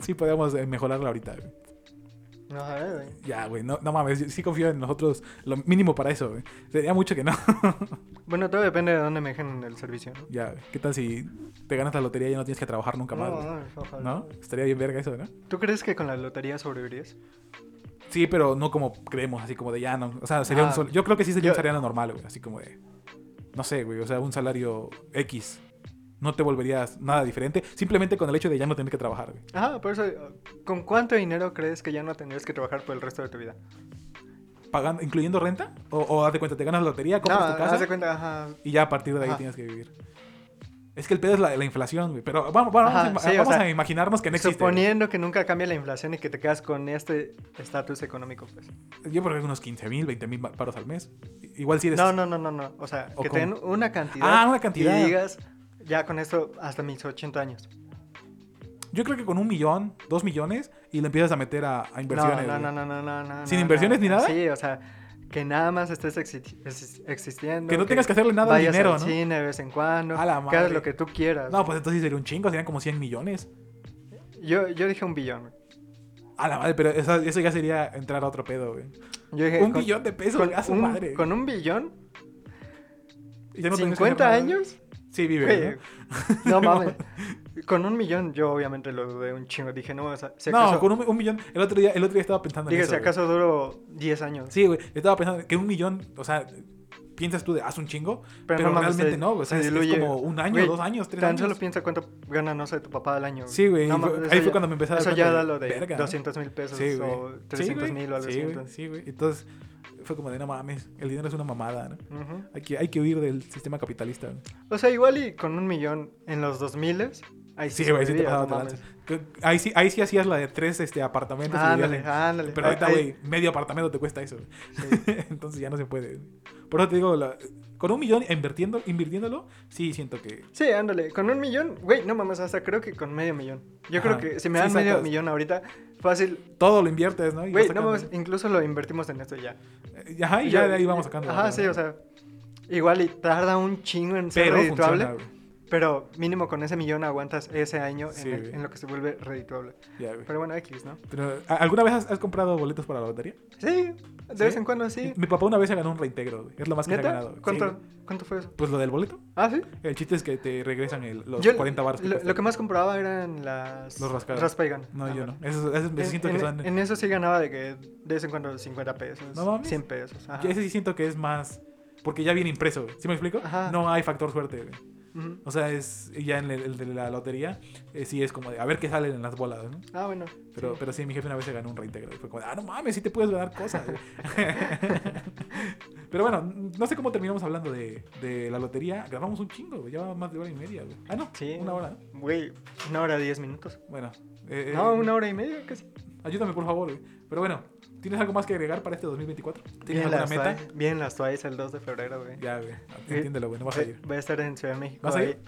Speaker 1: sí podemos eh, mejorarla ahorita, güey.
Speaker 2: no sé, güey.
Speaker 1: Ya, güey, no, no mames, yo sí confío en nosotros lo mínimo para eso, güey. Sería mucho que no.
Speaker 2: Bueno, todo depende de dónde me dejen en el servicio, ¿no?
Speaker 1: ya, güey, ¿qué tal si te ganas la lotería y ya no tienes que trabajar nunca más?
Speaker 2: No,
Speaker 1: güey?
Speaker 2: no, ojalá.
Speaker 1: ¿No? Estaría bien verga eso, ¿no?
Speaker 2: ¿Tú crees que con la lotería sobrevivirías?
Speaker 1: Sí, pero no como creemos, así como de ya no. O sea, sería
Speaker 2: Ah,
Speaker 1: un sol- Yo creo que sí sería un
Speaker 2: yo-
Speaker 1: salario normal, güey. Así como de. No sé, güey. O sea, un salario X. No te volverías nada diferente. Simplemente con el hecho de ya no tener que trabajar, güey.
Speaker 2: Ajá, por eso, eh, ¿con cuánto dinero crees que ya no tendrías que trabajar por el resto de tu vida?
Speaker 1: Pagando, incluyendo renta. O, o haz de cuenta, te ganas la lotería,
Speaker 2: No,
Speaker 1: compras tu casa.
Speaker 2: haz de cuenta, ajá.
Speaker 1: Y ya a partir de ahí
Speaker 2: Ajá.
Speaker 1: tienes que vivir. Es que el pedo es la, la inflación, güey. Pero vamos, vamos,
Speaker 2: Ajá,
Speaker 1: a, ima-
Speaker 2: sí, o
Speaker 1: vamos
Speaker 2: sea,
Speaker 1: a imaginarnos que no existe. güey.
Speaker 2: Suponiendo que nunca cambie la inflación y que te quedas con este estatus económico, pues.
Speaker 1: Yo creo que unos 15 mil, 20 mil paros al mes. I- Igual si eres...
Speaker 2: No, no, no, no, no. O sea,
Speaker 1: ¿O
Speaker 2: que
Speaker 1: cómo?
Speaker 2: te den una cantidad.
Speaker 1: Ah, una cantidad.
Speaker 2: Y digas, ya con esto hasta mis 80 años.
Speaker 1: Yo creo que con un millón, dos millones, y le empiezas a meter a, a
Speaker 2: No,
Speaker 1: inversiones.
Speaker 2: no,
Speaker 1: güey.
Speaker 2: no, no, no, no, no.
Speaker 1: ¿Sin
Speaker 2: no,
Speaker 1: inversiones
Speaker 2: no.
Speaker 1: ni nada?
Speaker 2: Sí, o sea, que nada más estés exi- exis- existiendo.
Speaker 1: Que no tengas que hacerle nada al
Speaker 2: vayas
Speaker 1: dinero,
Speaker 2: al
Speaker 1: ¿no?
Speaker 2: cine de vez en cuando.
Speaker 1: A la
Speaker 2: Que hagas
Speaker 1: madre.
Speaker 2: lo que tú quieras.
Speaker 1: No, pues entonces sería un chingo, serían como 100 millones.
Speaker 2: Yo, yo dije un billón.
Speaker 1: A la madre, pero eso, eso ya sería entrar a otro pedo, güey.
Speaker 2: Yo dije,
Speaker 1: Un
Speaker 2: Eh, con-
Speaker 1: billón de pesos,
Speaker 2: con
Speaker 1: güey, a su
Speaker 2: un-
Speaker 1: madre.
Speaker 2: Con un billón,
Speaker 1: Y ya no tienes que hacer
Speaker 2: 50
Speaker 1: nada.
Speaker 2: años.
Speaker 1: Sí,
Speaker 2: güey,
Speaker 1: vive.
Speaker 2: No mames. Con un millón, yo obviamente lo dudé un chingo. Dije, no, o sea, si
Speaker 1: No, no
Speaker 2: acaso,
Speaker 1: con un, un millón. El otro día, el otro día estaba pensando en
Speaker 2: dije,
Speaker 1: eso.
Speaker 2: si
Speaker 1: güey.
Speaker 2: acaso duro 10 años.
Speaker 1: Sí, güey. Estaba pensando que un millón, o sea, piensas tú de haz un chingo, pero,
Speaker 2: Pero no mames,
Speaker 1: realmente
Speaker 2: se-
Speaker 1: no, güey. O sea,
Speaker 2: se
Speaker 1: es, es
Speaker 2: diluye.
Speaker 1: como un año,
Speaker 2: Güey,
Speaker 1: dos años, tres
Speaker 2: Tan
Speaker 1: años.
Speaker 2: solo piensa cuánto gana, no sé, tu papá al año.
Speaker 1: Sí, güey,
Speaker 2: No
Speaker 1: y fue- ahí
Speaker 2: mames, eso
Speaker 1: fue
Speaker 2: ya-
Speaker 1: cuando me empecé a dar
Speaker 2: Eso
Speaker 1: cuenta
Speaker 2: ya
Speaker 1: de,
Speaker 2: da lo de
Speaker 1: verga, ¿no?
Speaker 2: 200 mil pesos
Speaker 1: Sí, güey.
Speaker 2: o
Speaker 1: Sí,
Speaker 2: 300
Speaker 1: güey,
Speaker 2: mil o algo
Speaker 1: Sí,
Speaker 2: así.
Speaker 1: güey.
Speaker 2: entonces.
Speaker 1: Sí, güey. Entonces fue como de no mames, el dinero es una mamada, ¿no?
Speaker 2: Ujú.
Speaker 1: Hay que, hay que huir del sistema capitalista. ¿no?
Speaker 2: O sea, igual y con un millón en los 2000 ahí sí,
Speaker 1: Sí, güey, sí te
Speaker 2: sobrevivía,
Speaker 1: pasaba
Speaker 2: no
Speaker 1: de
Speaker 2: mames.
Speaker 1: lanza. Que- Ahí sí, ahí sí hacías la de tres este, apartamentos. y
Speaker 2: Ándale,
Speaker 1: vivías en-
Speaker 2: ándale.
Speaker 1: Pero ahorita,
Speaker 2: Ahí-
Speaker 1: güey, medio apartamento te cuesta eso.
Speaker 2: sí.
Speaker 1: Entonces ya no se puede. Por eso te digo, la- con un millón invirtiendo, invirtiéndolo, sí siento que.
Speaker 2: Sí, ándale, con un millón, güey, no mames, hasta creo que con medio millón. Yo
Speaker 1: Ajá.
Speaker 2: creo que si me
Speaker 1: Sí,
Speaker 2: dan medio
Speaker 1: sacas.
Speaker 2: millón ahorita, fácil.
Speaker 1: Todo lo inviertes, ¿no? Y vas
Speaker 2: Güey, no
Speaker 1: sacando.
Speaker 2: mames, incluso lo invertimos en esto ya.
Speaker 1: Eh, Ajá, y ya de ahí vamos sacando.
Speaker 2: Ajá,
Speaker 1: ¿no?
Speaker 2: sí, o sea, igual y tarda un chingo en ser
Speaker 1: Pero
Speaker 2: redituable,
Speaker 1: funciona, güey.
Speaker 2: pero mínimo con ese millón aguantas ese año
Speaker 1: Sí,
Speaker 2: en, el-
Speaker 1: güey.
Speaker 2: en lo que se vuelve redituable.
Speaker 1: Ya, güey.
Speaker 2: Pero bueno, X, ¿no?
Speaker 1: Pero, ¿a- ¿Alguna vez has, has comprado boletos para la lotería?
Speaker 2: Sí, de
Speaker 1: ¿Sí?
Speaker 2: vez en cuando sí.
Speaker 1: Mi papá una vez se ganó un reintegro, güey. Es lo más que se ha
Speaker 2: ¿Neta?
Speaker 1: ganado. güey.
Speaker 2: ¿Cuánto,
Speaker 1: Sí, güey.
Speaker 2: ¿Cuánto fue eso?
Speaker 1: pues lo del boleto.
Speaker 2: Ah, sí.
Speaker 1: El chiste es que te regresan el- los
Speaker 2: Yo
Speaker 1: 40 baros.
Speaker 2: Lo, lo que más compraba eran las.
Speaker 1: Los rascadas.
Speaker 2: Raspa y gana.
Speaker 1: No,
Speaker 2: Ah,
Speaker 1: yo
Speaker 2: bueno.
Speaker 1: no. Esos, esos me
Speaker 2: En-
Speaker 1: siento que
Speaker 2: en,
Speaker 1: son.
Speaker 2: en eso sí ganaba de que de vez en cuando 50 pesos,
Speaker 1: No mames.
Speaker 2: 100 pesos. Ajá.
Speaker 1: Yo ese sí siento que es más. Porque ya viene impreso, güey. ¿Sí me explico?
Speaker 2: Ajá.
Speaker 1: No hay factor suerte, güey.
Speaker 2: Ujú.
Speaker 1: O sea, es ya en el, el de la lotería, eh, sí es como de a ver qué salen en las bolas, ¿no?
Speaker 2: Ah, bueno.
Speaker 1: Pero sí.
Speaker 2: sí.
Speaker 1: pero sí, mi jefe una vez se ganó un reintegro. Y fue como, de, ah, no mames, sí te puedes ganar cosas. güey". pero bueno, no sé cómo terminamos hablando de, de la lotería. Grabamos un chingo, güey. Ya va más de hora y media, güey. Ah, no,
Speaker 2: Sí.
Speaker 1: una hora. ¿no?
Speaker 2: Güey, una hora 10 minutos.
Speaker 1: Bueno. eh,
Speaker 2: No,
Speaker 1: eh,
Speaker 2: una hora y media casi.
Speaker 1: Ayúdame, por favor, güey. Pero bueno, ¿tienes algo más que agregar para este 2024? ¿Tienes
Speaker 2: Vienen
Speaker 1: alguna
Speaker 2: las,
Speaker 1: meta?
Speaker 2: Twice- vienen las Twice el 2 de febrero, güey.
Speaker 1: Ya, güey. Entiéndelo, güey. No vas a
Speaker 2: Voy-
Speaker 1: ir.
Speaker 2: Voy a estar en Ciudad de México.
Speaker 1: ¿Vas a
Speaker 2: ahí.
Speaker 1: ir?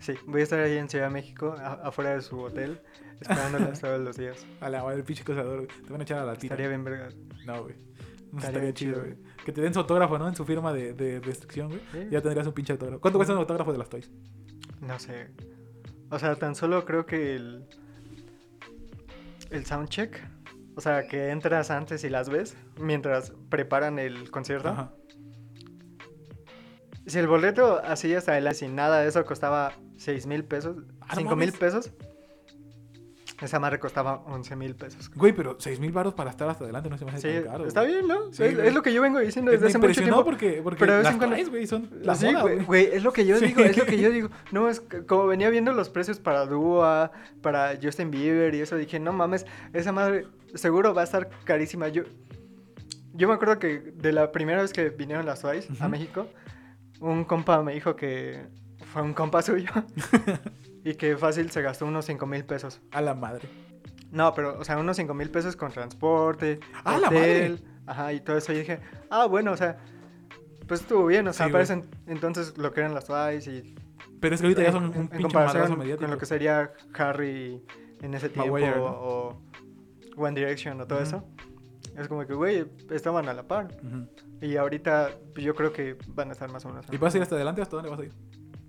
Speaker 2: Sí, voy a estar ahí en Ciudad de México, a- afuera de su hotel, esperándolas todos los días.
Speaker 1: A la madre, pinche cosador, güey. Te van a echar a la tira.
Speaker 2: Estaría bien verga.
Speaker 1: No, güey. No estaría
Speaker 2: Estaría bien
Speaker 1: chido,
Speaker 2: chido,
Speaker 1: güey. Que te den su autógrafo, ¿no? En su firma de, de restricción, güey.
Speaker 2: Sí.
Speaker 1: Ya tendrías un pinche autógrafo. ¿Cuánto cuesta un autógrafo de las Toys?
Speaker 2: No sé. O sea, tan solo creo que el. El soundcheck. O sea, que entras antes y las ves mientras preparan el concierto.
Speaker 1: Ajá.
Speaker 2: Si el boleto así hasta el sin nada de eso costaba 6 mil pesos,
Speaker 1: Ah, no
Speaker 2: 5 mil
Speaker 1: mames.
Speaker 2: pesos, esa madre costaba 11 mil pesos.
Speaker 1: Güey, pero 6 mil baros para estar hasta adelante no se me hace
Speaker 2: Sí,
Speaker 1: tan caro.
Speaker 2: está
Speaker 1: güey.
Speaker 2: bien, ¿no?
Speaker 1: Sí,
Speaker 2: es,
Speaker 1: güey.
Speaker 2: es lo que yo vengo diciendo
Speaker 1: Me
Speaker 2: desde hace mucho
Speaker 1: impresionó
Speaker 2: tiempo.
Speaker 1: porque, porque
Speaker 2: pero de vez
Speaker 1: las
Speaker 2: en cuando-
Speaker 1: Toys, güey, son la
Speaker 2: sí,
Speaker 1: moda,
Speaker 2: güey,
Speaker 1: güey.
Speaker 2: güey, es lo que yo
Speaker 1: Sí.
Speaker 2: digo, es lo que yo digo. No, es que como venía viendo los precios para Dua, para Justin Bieber y eso, dije, no mames, esa madre seguro va a estar carísima. Yo, yo me acuerdo que de la primera vez que vinieron las Twice a
Speaker 1: Ujú.
Speaker 2: México, un compa me dijo que fue un compa suyo y que fácil se gastó unos 5 mil pesos.
Speaker 1: A la madre.
Speaker 2: No, pero, o sea, unos 5 mil pesos con transporte,
Speaker 1: ¡Ah, la
Speaker 2: hotel, ajá, y todo eso. Y dije, ah, bueno, o sea, pues estuvo bien, o sea,
Speaker 1: Sí, güey.
Speaker 2: parecen entonces lo que eran las Twice y
Speaker 1: Pero es que ahorita ya son
Speaker 2: en-
Speaker 1: un
Speaker 2: en
Speaker 1: pinche
Speaker 2: comparación
Speaker 1: madrazo mediático.
Speaker 2: Con lo que sería Harry en ese tiempo
Speaker 1: Maguire, ¿no?
Speaker 2: o One Direction o todo
Speaker 1: Ujú.
Speaker 2: eso. Es como que, güey, estaban a la par.
Speaker 1: Ujú.
Speaker 2: Y ahorita pues, yo creo que van a estar más o menos. la
Speaker 1: ¿Y vas a ir
Speaker 2: par.
Speaker 1: hasta adelante o hasta dónde vas a ir?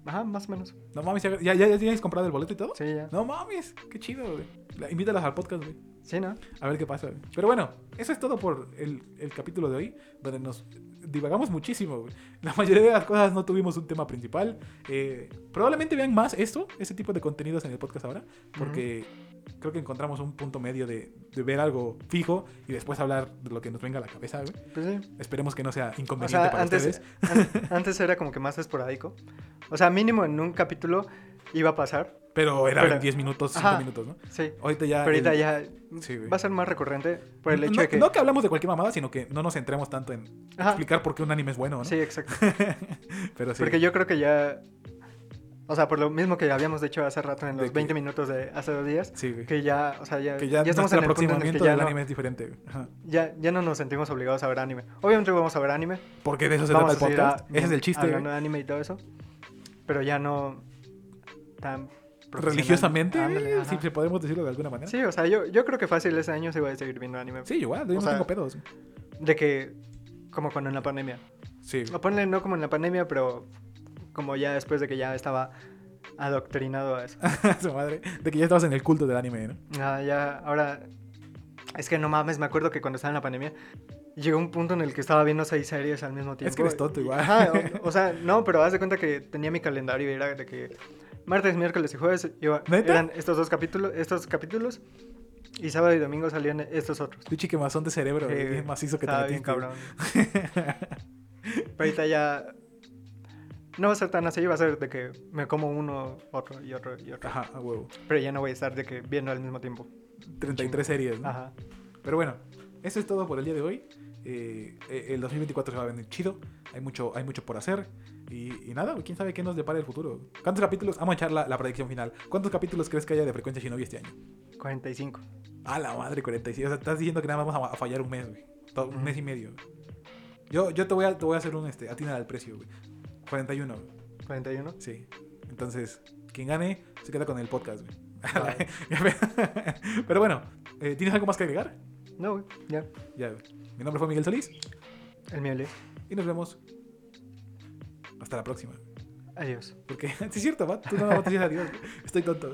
Speaker 2: Ajá, más o menos.
Speaker 1: No mames, ¿ya, ya, ya, ya tienes comprado el boleto y todo?
Speaker 2: Sí, ya.
Speaker 1: No mames, qué chido, güey. La- Invítalas al podcast, güey.
Speaker 2: Sí, ¿no?
Speaker 1: A ver qué pasa. güey. Pero bueno, eso es todo por el, el capítulo de hoy, donde nos divagamos muchísimo. güey. La mayoría de las cosas no tuvimos un tema principal. Eh, probablemente vean más esto, ese tipo de contenidos en el podcast ahora, porque creo que encontramos un punto medio de, de ver algo fijo y después hablar de lo que nos venga a la cabeza. güey.
Speaker 2: Pues sí.
Speaker 1: Esperemos que no sea
Speaker 2: O
Speaker 1: inconveniente
Speaker 2: sea,
Speaker 1: para
Speaker 2: antes,
Speaker 1: ustedes.
Speaker 2: an- antes era como que más esporádico. O sea, mínimo en un capítulo iba a pasar.
Speaker 1: Pero era
Speaker 2: pero-
Speaker 1: en 10 minutos, 5
Speaker 2: Ajá.
Speaker 1: minutos, ¿no?
Speaker 2: Sí.
Speaker 1: Ahorita ya.
Speaker 2: Pero ahorita
Speaker 1: Ah, el-
Speaker 2: ya
Speaker 1: Sí, güey.
Speaker 2: va a ser más recurrente por el hecho
Speaker 1: no,
Speaker 2: de que.
Speaker 1: no que hablamos de cualquier mamada, sino que no nos centremos tanto en
Speaker 2: Ajá.
Speaker 1: explicar por qué un anime es bueno, ¿no?
Speaker 2: Sí, exacto.
Speaker 1: Pero sí.
Speaker 2: Porque yo creo que ya. O sea, por lo mismo que habíamos dicho hace rato en
Speaker 1: De
Speaker 2: los
Speaker 1: que-
Speaker 2: 20 minutos de hace dos días,
Speaker 1: Sí, güey.
Speaker 2: que ya, o sea, ya,
Speaker 1: Que ya,
Speaker 2: estamos
Speaker 1: nuestro
Speaker 2: en el punto en el
Speaker 1: aproximamiento
Speaker 2: que ya
Speaker 1: del
Speaker 2: no,
Speaker 1: anime es diferente. güey. Ajá.
Speaker 2: ya, ya no nos sentimos obligados a ver anime. Obviamente vamos a ver anime.
Speaker 1: Porque de eso se
Speaker 2: vamos
Speaker 1: trata el
Speaker 2: seguir a-
Speaker 1: podcast. Ese es el chiste,
Speaker 2: hablando
Speaker 1: güey.
Speaker 2: de anime y todo eso. Pero ya no tan profesional.
Speaker 1: Religiosamente,
Speaker 2: Ándale,
Speaker 1: eh,
Speaker 2: ajá.
Speaker 1: si se podemos decirlo de alguna manera. Sí,
Speaker 2: Sí, o sea, yo, yo creo que fácil ese año se va a seguir viendo anime.
Speaker 1: yo igual, yo
Speaker 2: O
Speaker 1: no
Speaker 2: sea-
Speaker 1: tengo pedos.
Speaker 2: De que, como cuando en la pandemia.
Speaker 1: Sí,
Speaker 2: O ponle no como en la pandemia, pero como ya después de que ya estaba adoctrinado a eso.
Speaker 1: su madre. De que ya estabas en el culto del anime, ¿no?
Speaker 2: Ah, ya, ahora. Es que no mames, me acuerdo que cuando estaba en la pandemia, llegó un punto en el que estaba viendo seis series al mismo tiempo.
Speaker 1: que eres tonto
Speaker 2: Y-
Speaker 1: igual.
Speaker 2: Ajá, o, o sea, no, pero haz de cuenta que tenía mi calendario y era de que martes, miércoles y jueves iba-
Speaker 1: ¿Neta?
Speaker 2: eran estos dos capítulos, estos capítulos, y sábado y domingo salían estos otros.
Speaker 1: Pinche quemazón de cerebro,
Speaker 2: Sí,
Speaker 1: güey, bien macizo que te
Speaker 2: estaba bien
Speaker 1: metiste.
Speaker 2: cabrón. Pero ahorita ya. No va a ser tan así, va a ser de que me como uno, otro y otro y otro.
Speaker 1: Ajá, a huevo.
Speaker 2: Pero ya no voy a estar de que viendo al mismo tiempo.
Speaker 1: 33 series, ¿no?
Speaker 2: Ajá.
Speaker 1: Pero bueno, eso es todo por el día de hoy. Eh, eh, el 2024 se va a venir chido. Hay mucho, hay mucho por hacer. Y, y nada, quién sabe qué nos depara el futuro. ¿Cuántos capítulos? Vamos a echar la, la predicción final. ¿Cuántos capítulos crees que haya de frecuencia Shinobi este año?
Speaker 2: 45.
Speaker 1: A la madre, 46. O sea, estás diciendo que nada más vamos a, a fallar un mes, güey. To- Un mes y medio. güey. Yo, yo te, voy a, te voy a hacer un este, atina al precio, güey. 41, güey.
Speaker 2: 41.
Speaker 1: Sí. Entonces, quien gane se queda con el podcast, güey.
Speaker 2: Vale.
Speaker 1: Pero bueno, eh, ¿tienes algo más que agregar?
Speaker 2: No, güey, ya.
Speaker 1: Ya, güey. Mi nombre fue Miguel Solís
Speaker 2: El miel. eh.
Speaker 1: y nos vemos hasta la próxima.
Speaker 2: Adiós.
Speaker 1: Porque, sí es cierto, ¿va? Tú no me decir adiós. Estoy tonto.